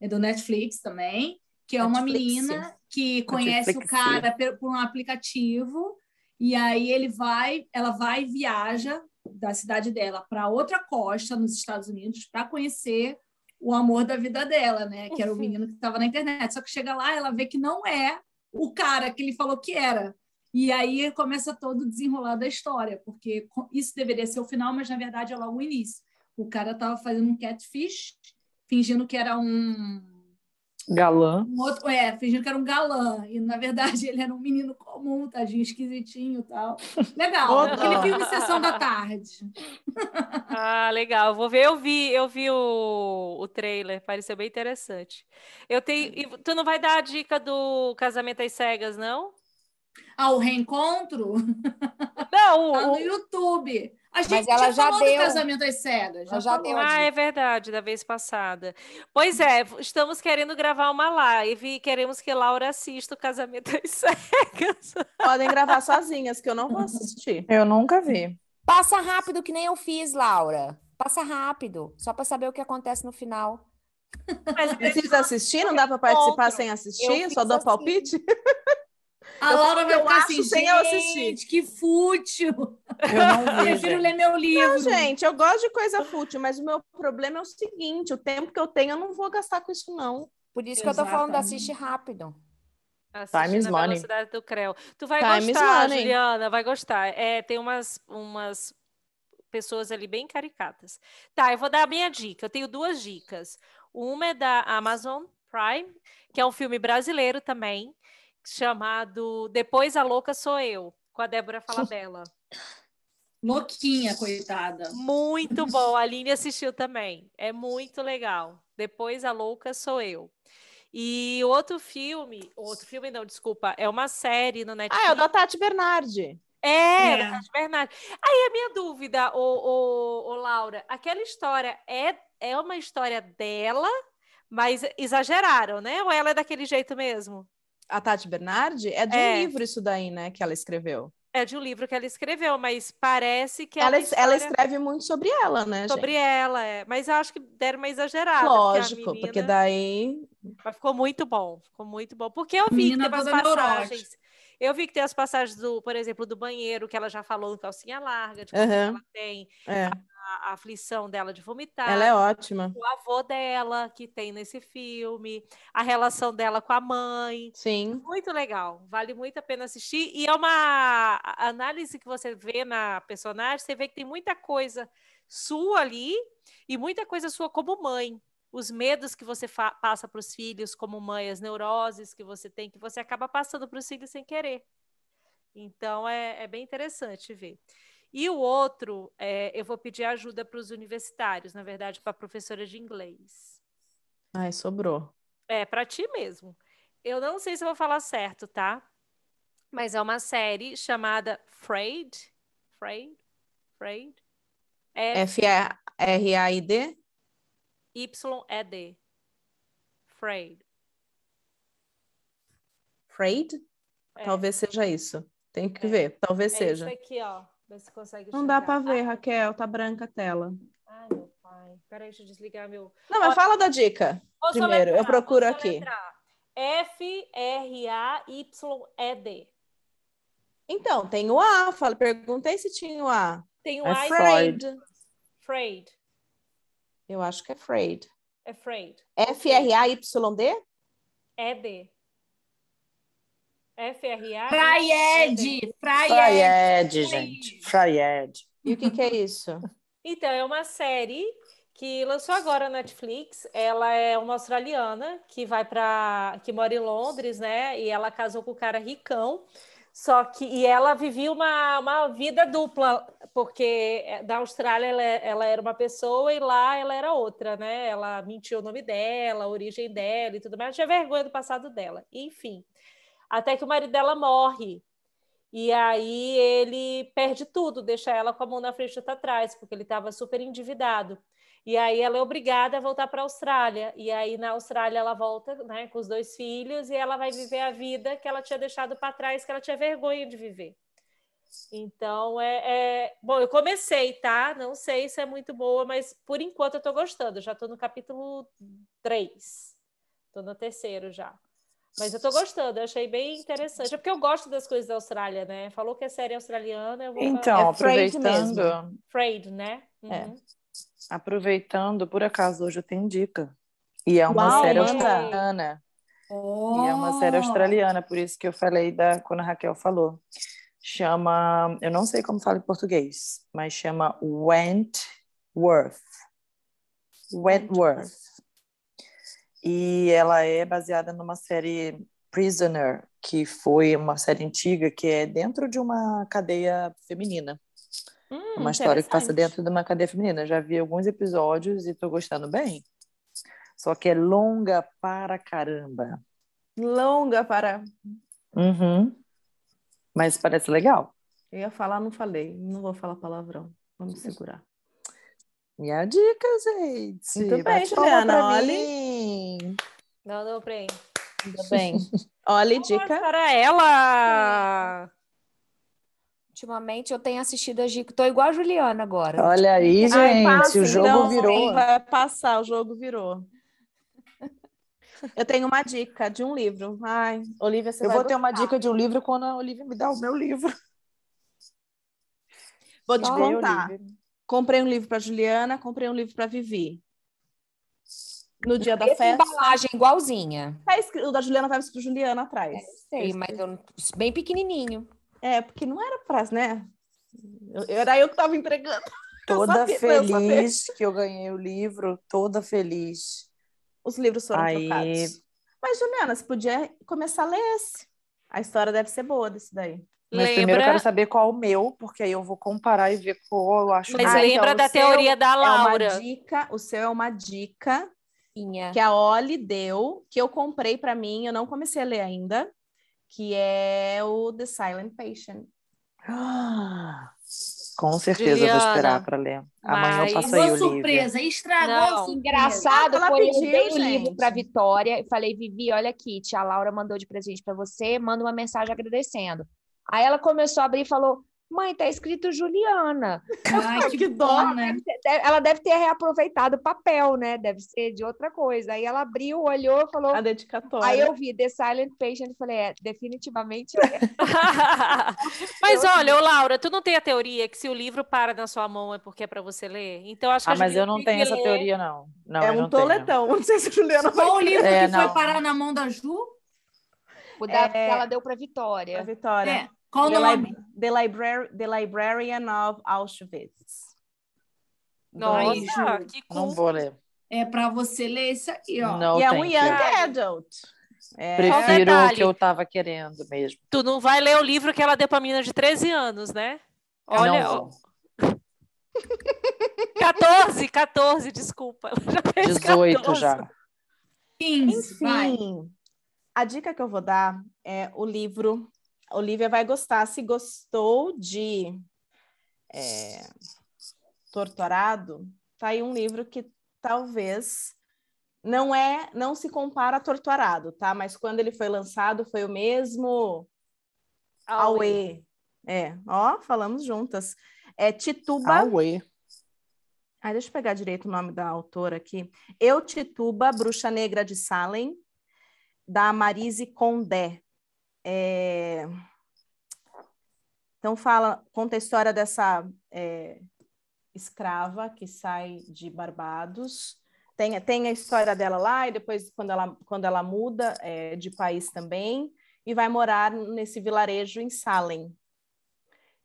[SPEAKER 4] é do Netflix também, que é uma
[SPEAKER 3] Netflix.
[SPEAKER 4] menina que conhece
[SPEAKER 2] Netflix.
[SPEAKER 4] o cara pe- por um aplicativo, e aí ele vai, ela vai e viaja da cidade dela para outra costa nos Estados Unidos para conhecer o amor da vida dela, né? Que era o menino que estava na internet. Só que chega lá, ela vê que não é o cara que ele falou que era. E aí começa todo o desenrolar da história, porque co- isso deveria ser o final, mas na verdade é logo o início. O cara estava fazendo um catfish, fingindo que era um
[SPEAKER 2] Galã.
[SPEAKER 4] um outro, é, fingindo que era um galã, e na verdade ele era um menino comum, tadinho, esquisitinho e tal. Legal,
[SPEAKER 3] Boa
[SPEAKER 4] aquele
[SPEAKER 3] dó.
[SPEAKER 4] filme Sessão da Tarde.
[SPEAKER 5] Ah, legal. Vou ver. Eu vi, eu vi o, o trailer. Pareceu bem interessante. Eu tenho. e tu não vai dar a dica do Casamento às Cegas, não?
[SPEAKER 4] Ah, o reencontro tá
[SPEAKER 5] Não.
[SPEAKER 4] no
[SPEAKER 5] O...
[SPEAKER 4] YouTube. A gente
[SPEAKER 6] ela
[SPEAKER 4] já,
[SPEAKER 6] já
[SPEAKER 4] falou
[SPEAKER 6] deu.
[SPEAKER 4] do Casamento às Cegas.
[SPEAKER 6] Ela
[SPEAKER 4] Já
[SPEAKER 6] já
[SPEAKER 4] falou.
[SPEAKER 6] deu a
[SPEAKER 5] Ah, é verdade, da vez passada. Pois é, estamos querendo gravar uma live e queremos que Laura assista o Casamento às Cegas.
[SPEAKER 3] Podem gravar sozinhas, que eu não vou assistir.
[SPEAKER 2] Eu nunca vi.
[SPEAKER 6] Passa rápido, que nem eu fiz, Laura. Passa rápido, só para saber o que acontece no final.
[SPEAKER 5] Mas
[SPEAKER 3] Precisa assistir? Não dá para participar sem assistir?
[SPEAKER 6] Eu
[SPEAKER 3] Só dou
[SPEAKER 6] fiz
[SPEAKER 3] palpite?
[SPEAKER 4] A
[SPEAKER 3] Eu-
[SPEAKER 4] Laura vai
[SPEAKER 3] eu
[SPEAKER 4] ficar
[SPEAKER 3] acho
[SPEAKER 4] assim,
[SPEAKER 3] sem eu assistir.
[SPEAKER 4] gente, que fútil.
[SPEAKER 2] Eu não vi.
[SPEAKER 4] Prefiro
[SPEAKER 2] gente.
[SPEAKER 4] ler meu livro.
[SPEAKER 3] Não, gente, eu gosto de coisa fútil, mas o meu problema é o seguinte: o tempo que eu tenho, eu não vou gastar com isso, não.
[SPEAKER 6] Por isso que eu tô falando,
[SPEAKER 4] Exatamente.
[SPEAKER 6] assiste rápido.
[SPEAKER 5] Assiste
[SPEAKER 2] Time is
[SPEAKER 5] na
[SPEAKER 2] money.
[SPEAKER 5] velocidade do Creu. Tu vai
[SPEAKER 3] Time is
[SPEAKER 5] gostar,
[SPEAKER 3] money.
[SPEAKER 5] Juliana, vai gostar. É, tem umas, umas pessoas ali bem caricatas. Tá, eu vou dar a minha dica. Eu tenho duas dicas. Uma é da Amazon Prime, que é um filme brasileiro também, chamado Depois a Louca Sou Eu, com a Débora Falabella.
[SPEAKER 4] Louquinha, coitada.
[SPEAKER 5] Muito bom. A Aline assistiu também. É muito legal. Depois a louca sou eu. E outro filme, outro filme não, desculpa, é uma série no Netflix.
[SPEAKER 3] Ah, é o da Tati Bernardi.
[SPEAKER 5] É, da
[SPEAKER 4] É.
[SPEAKER 5] Tati Bernardi. Aí a minha dúvida, ô, ô, ô, Laura, aquela história é, é uma história dela, mas exageraram, né? Ou ela é daquele jeito mesmo?
[SPEAKER 3] A Tati Bernardi? É de
[SPEAKER 5] É.
[SPEAKER 3] um livro isso daí, né? Que ela escreveu.
[SPEAKER 5] É de um livro que ela escreveu, mas parece que é
[SPEAKER 3] Ela,
[SPEAKER 5] uma
[SPEAKER 3] ela
[SPEAKER 5] história
[SPEAKER 3] escreve muito sobre ela, né,
[SPEAKER 5] sobre
[SPEAKER 3] gente?
[SPEAKER 5] ela. É. Mas eu acho que deram uma exagerada. porque a
[SPEAKER 3] Lógico, porque
[SPEAKER 5] menina-
[SPEAKER 3] daí...
[SPEAKER 5] Mas ficou muito bom, ficou muito bom. Porque eu vi que
[SPEAKER 4] Menina
[SPEAKER 5] teve as
[SPEAKER 4] toda
[SPEAKER 5] passagens. Eu vi que tem as passagens do, por exemplo, do banheiro, que ela já falou no calcinha larga, de como
[SPEAKER 3] Aham.
[SPEAKER 5] ela tem
[SPEAKER 3] é,
[SPEAKER 5] a, a aflição dela de vomitar,
[SPEAKER 3] ela é ótima.
[SPEAKER 5] o avô dela que tem nesse filme, a relação dela com a mãe.
[SPEAKER 3] Sim.
[SPEAKER 5] Muito legal, vale muito a pena assistir. E é uma a- análise que você vê na personagem, você vê que tem muita coisa sua ali e muita coisa sua como mãe. os medos que você passa para os filhos como mãe, as neuroses que você tem, que você acaba passando para os filhos sem querer. Então, é, é, bem interessante ver. E o outro, é, eu vou pedir ajuda para os universitários, na verdade, para a professora de inglês.
[SPEAKER 3] Ai, sobrou.
[SPEAKER 5] É, para ti mesmo. Eu não sei se eu vou falar certo, tá? Mas é uma série chamada Freid. Freid? Freid?
[SPEAKER 3] É. F-R-A-I-D?
[SPEAKER 5] Y-E-D. Freid.
[SPEAKER 3] Freid?
[SPEAKER 5] É.
[SPEAKER 3] Talvez seja isso. Tem que
[SPEAKER 5] É.
[SPEAKER 3] ver. Talvez
[SPEAKER 5] É
[SPEAKER 3] seja.
[SPEAKER 5] isso aqui, ó. Vê se consegue
[SPEAKER 3] Não dá para
[SPEAKER 5] enxergar.
[SPEAKER 3] ver, Raquel. Tá branca a tela.
[SPEAKER 5] Ai, meu pai. Peraí, deixa eu desligar meu.
[SPEAKER 3] Não, mas
[SPEAKER 5] Ó,
[SPEAKER 3] fala da dica.
[SPEAKER 5] Vou
[SPEAKER 3] Primeiro, eu
[SPEAKER 5] soletrar,
[SPEAKER 3] procuro
[SPEAKER 5] vou
[SPEAKER 3] aqui.
[SPEAKER 5] soletrar. F-R-A-Y-E-D.
[SPEAKER 3] Então, tem o A. Fala, perguntei se tinha o A.
[SPEAKER 5] Tem um
[SPEAKER 2] É
[SPEAKER 5] I
[SPEAKER 2] Freud.
[SPEAKER 5] Afraid.
[SPEAKER 3] Eu acho que é Freud.
[SPEAKER 5] Afraid.
[SPEAKER 3] F-R-A-Y-D?
[SPEAKER 5] ED. F-R-A.
[SPEAKER 4] Fraied, Fraied.
[SPEAKER 2] Fraied, gente. Fraied.
[SPEAKER 3] E o que, que é isso?
[SPEAKER 5] Então, é uma série que lançou agora na Netflix. Ela é uma australiana que vai para que mora em Londres, né? E ela casou com o cara ricão. Só que e ela vivia uma, uma vida dupla, porque eh, da Austrália ela, é- ela era uma pessoa e lá ela era outra, né? Ela mentiu o nome dela, a origem dela e tudo mais, tinha vergonha do passado dela. Enfim, até que o marido dela morre. E aí ele perde tudo, deixa ela com a mão na frente e outra atrás, porque ele estava super endividado. E aí ela é obrigada a voltar para a Austrália. E aí na Austrália ela volta, né, com os dois filhos e ela vai viver a vida que ela tinha deixado para trás, que ela tinha vergonha de viver. Então é, é- bom. Eu comecei, tá? Não sei se é muito boa, mas por enquanto eu tô gostando. Eu Já tô no capítulo 3. Tô no terceiro já. Mas eu tô gostando, eu achei bem interessante. É porque eu gosto das coisas da Austrália, né? Falou que é série australiana, eu vou
[SPEAKER 2] Então,
[SPEAKER 3] É Freud
[SPEAKER 2] aproveitando,
[SPEAKER 5] Afraid, né?
[SPEAKER 3] É.
[SPEAKER 5] Uhum.
[SPEAKER 2] aproveitando, por acaso hoje eu tenho dica. E é uma
[SPEAKER 3] Uau,
[SPEAKER 2] série
[SPEAKER 5] manda.
[SPEAKER 2] australiana.
[SPEAKER 4] Oh.
[SPEAKER 2] E é uma série australiana, por isso que eu falei da quando a Raquel falou. Chama, eu não sei como fala em português, mas chama Wentworth. Wentworth. E ela é baseada numa série Prisoner, que foi uma série antiga que é dentro de uma cadeia feminina.
[SPEAKER 5] Hum,
[SPEAKER 2] uma história que passa
[SPEAKER 5] interessante.
[SPEAKER 2] dentro de uma cadeia feminina. Já vi alguns episódios e tô gostando bem. Só que é longa para caramba.
[SPEAKER 3] Longa para.
[SPEAKER 2] Uhum. Mas parece legal.
[SPEAKER 3] Eu ia falar, não falei. Não vou falar palavrão. Vamos segurar.
[SPEAKER 2] E a dica, gente.
[SPEAKER 3] Muito bem,
[SPEAKER 2] Bate palma
[SPEAKER 3] Juliana,
[SPEAKER 2] pra
[SPEAKER 3] olhe.
[SPEAKER 2] mim.
[SPEAKER 5] Não, não, peraí.
[SPEAKER 3] Tudo bem. Olha,
[SPEAKER 5] Dica
[SPEAKER 3] dica.
[SPEAKER 5] para ela!
[SPEAKER 6] Ultimamente eu tenho assistido a Gico. Tô igual a Juliana agora.
[SPEAKER 2] Olha aí, gente.
[SPEAKER 3] Ai, passa,
[SPEAKER 2] o jogo
[SPEAKER 3] então,
[SPEAKER 2] virou.
[SPEAKER 3] Vai passar, o jogo virou. Eu tenho uma dica de um livro. Ai, Olivia, você
[SPEAKER 2] Eu
[SPEAKER 3] vai
[SPEAKER 2] vou ter uma
[SPEAKER 3] gostar.
[SPEAKER 2] dica de um livro quando a Olivia me dá o meu livro.
[SPEAKER 3] Vou te
[SPEAKER 6] Só-
[SPEAKER 3] contar. Comprei um livro para Juliana, comprei um livro para Vivi. No dia da
[SPEAKER 6] Essa
[SPEAKER 3] festa,
[SPEAKER 6] embalagem igualzinha.
[SPEAKER 3] tá escrito- o da Juliana estava escrito Juliana atrás.
[SPEAKER 6] Sei, mas eu, não- bem pequenininho.
[SPEAKER 3] É, porque não era pra, né? Eu- Era eu que estava entregando. Eu
[SPEAKER 2] Toda
[SPEAKER 3] sabia, eu
[SPEAKER 2] feliz que eu ganhei o livro, toda feliz.
[SPEAKER 3] Os livros foram
[SPEAKER 2] Aí-
[SPEAKER 3] trocados. Mas, Juliana, você podia começar a ler esse. A história deve ser boa desse daí.
[SPEAKER 2] Mas primeiro eu
[SPEAKER 5] lembra,
[SPEAKER 2] quero saber qual o meu, porque aí eu vou comparar e ver qual eu acho é.
[SPEAKER 5] mas
[SPEAKER 3] Ah,
[SPEAKER 2] melhor.
[SPEAKER 5] lembra
[SPEAKER 3] então,
[SPEAKER 5] da
[SPEAKER 3] o seu
[SPEAKER 5] teoria da
[SPEAKER 3] É uma
[SPEAKER 5] Laura.
[SPEAKER 3] dica, o seu é uma dica
[SPEAKER 6] Tinha.
[SPEAKER 3] que a Oli deu, que eu comprei pra mim, eu não comecei a ler ainda, que é o The Silent Patient.
[SPEAKER 2] Ah, Com certeza eu vou
[SPEAKER 5] Juliana,
[SPEAKER 2] esperar para ler. Amanhã
[SPEAKER 5] mas-
[SPEAKER 2] eu passo aí
[SPEAKER 4] Boa
[SPEAKER 2] o livro.
[SPEAKER 4] surpresa, estragou assim,
[SPEAKER 5] Não,
[SPEAKER 4] a surpresa.
[SPEAKER 6] Engraçado
[SPEAKER 3] Ah, ela
[SPEAKER 6] foi eu
[SPEAKER 3] pediu,
[SPEAKER 6] dei o livro
[SPEAKER 3] gente.
[SPEAKER 6] para Vitória e falei, Vivi, olha aqui, tia Laura mandou de presente para você, manda uma mensagem agradecendo. Aí ela começou a abrir e falou, mãe, tá escrito Juliana.
[SPEAKER 4] Ai, que,
[SPEAKER 3] Que
[SPEAKER 4] dó,
[SPEAKER 3] dó,
[SPEAKER 4] né?
[SPEAKER 6] Ela deve ter reaproveitado o papel, né? Deve ser de outra coisa. Aí ela abriu, olhou, falou.
[SPEAKER 3] A dedicatória.
[SPEAKER 6] Aí eu vi The Silent Patient e falei, é, definitivamente é.
[SPEAKER 5] mas
[SPEAKER 6] Eu-
[SPEAKER 5] olha, ô Laura, tu não tem a teoria que se o livro para na sua mão é porque é para você ler? Então acho que
[SPEAKER 2] Ah,
[SPEAKER 5] a
[SPEAKER 2] mas
[SPEAKER 5] gente
[SPEAKER 2] eu não
[SPEAKER 5] tem
[SPEAKER 2] tenho
[SPEAKER 5] que
[SPEAKER 2] essa
[SPEAKER 5] ler.
[SPEAKER 2] teoria, não. Não,
[SPEAKER 3] é
[SPEAKER 2] eu não
[SPEAKER 3] um
[SPEAKER 2] tenho.
[SPEAKER 3] toletão. Não sei se a Juliana vai
[SPEAKER 4] Qual o livro
[SPEAKER 2] É,
[SPEAKER 4] que
[SPEAKER 2] não.
[SPEAKER 4] foi parar na mão da Ju?
[SPEAKER 6] O da-
[SPEAKER 3] É.
[SPEAKER 6] que ela deu para
[SPEAKER 3] a
[SPEAKER 6] Vitória.
[SPEAKER 3] Vitória.
[SPEAKER 4] É. Qual o
[SPEAKER 3] The,
[SPEAKER 4] nome?
[SPEAKER 3] Lib- The Librar- The Librarian of Auschwitz.
[SPEAKER 5] Nossa,
[SPEAKER 4] Ai, Ju,
[SPEAKER 5] que
[SPEAKER 2] Não
[SPEAKER 5] culto.
[SPEAKER 2] vou ler.
[SPEAKER 4] É para você ler isso aqui, ó.
[SPEAKER 2] Não
[SPEAKER 3] e é
[SPEAKER 2] tem
[SPEAKER 3] um
[SPEAKER 2] que-
[SPEAKER 3] Young Adult. É.
[SPEAKER 2] Prefiro
[SPEAKER 5] Qual
[SPEAKER 2] o que eu estava querendo mesmo.
[SPEAKER 5] Tu não vai ler o livro que ela deu pra menina de 13 anos, né? Olha, ó, 14, 14, desculpa. Ela já fez
[SPEAKER 2] 18
[SPEAKER 5] 14.
[SPEAKER 2] já.
[SPEAKER 4] 15, vai.
[SPEAKER 3] Enfim, a dica que eu vou dar é o livro. A Olivia vai gostar. Se gostou de é, Torturado, tá aí um livro que talvez não é, não se compara a Torturado, tá? Mas quando ele foi lançado, foi o mesmo Aue. É, ó, falamos juntas. É Tituba.
[SPEAKER 2] Aue.
[SPEAKER 3] Ai, deixa eu pegar direito o nome da autora aqui. Eu Tituba, Bruxa Negra de Salem, da Marise Condé. É, Então fala, conta a história dessa é, escrava que sai de Barbados. Tem, tem a história dela lá e depois quando ela, quando ela muda é, de país também e vai morar nesse vilarejo em Salem.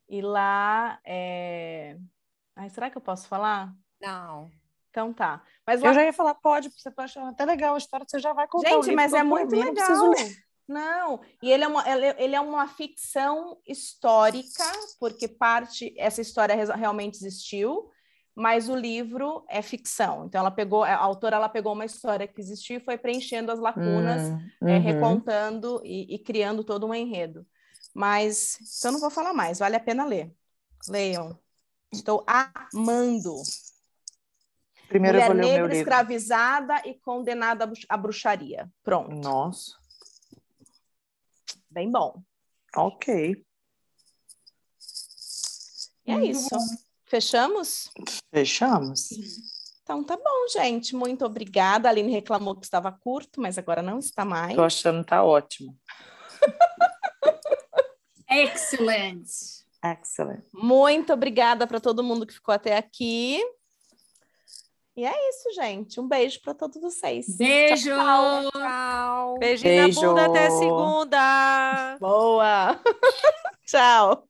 [SPEAKER 3] E lá é... Ai, será que eu posso falar?
[SPEAKER 6] Não.
[SPEAKER 3] Então tá. Mas lá
[SPEAKER 2] Eu já ia falar, pode, você tá achando até legal a história, você já vai contar o
[SPEAKER 3] Gente,
[SPEAKER 2] livro
[SPEAKER 3] mas é
[SPEAKER 2] todo pra
[SPEAKER 3] muito
[SPEAKER 2] mim, não
[SPEAKER 3] legal.
[SPEAKER 2] preciso ler.
[SPEAKER 3] Não, e ele é, uma, ele, ele é uma ficção histórica, porque parte, essa história res- realmente existiu, mas o livro é ficção. Então ela pegou, a autora ela pegou uma história que existiu e foi preenchendo as lacunas,
[SPEAKER 2] Hum,
[SPEAKER 3] é,
[SPEAKER 2] uhum.
[SPEAKER 3] recontando e, e criando todo um enredo. Mas então não vou falar mais, vale a pena ler. Leiam. Estou amando.
[SPEAKER 2] Primeiro eu
[SPEAKER 3] Mulher
[SPEAKER 2] vou ler o meu
[SPEAKER 3] negra
[SPEAKER 2] livro.
[SPEAKER 3] escravizada e condenada à bru- à bruxaria. Pronto,
[SPEAKER 2] Nossa,
[SPEAKER 3] bem bom.
[SPEAKER 2] ok.
[SPEAKER 3] E é
[SPEAKER 4] Muito
[SPEAKER 3] isso.
[SPEAKER 4] bom.
[SPEAKER 3] Fechamos?
[SPEAKER 2] Fechamos.
[SPEAKER 3] Então tá bom, gente. Muito obrigada. A Aline reclamou que estava curto, mas agora não está mais.
[SPEAKER 2] Tô achando tá ótimo.
[SPEAKER 4] Excelente.
[SPEAKER 2] tá Excellent.
[SPEAKER 3] Muito obrigada para todo mundo que ficou até aqui. E é isso, gente. Um beijo para todos vocês.
[SPEAKER 4] Beijo.
[SPEAKER 6] Tchau.
[SPEAKER 5] Beijinho na
[SPEAKER 2] Beijo.
[SPEAKER 5] bunda até segunda.
[SPEAKER 3] Boa. Tchau.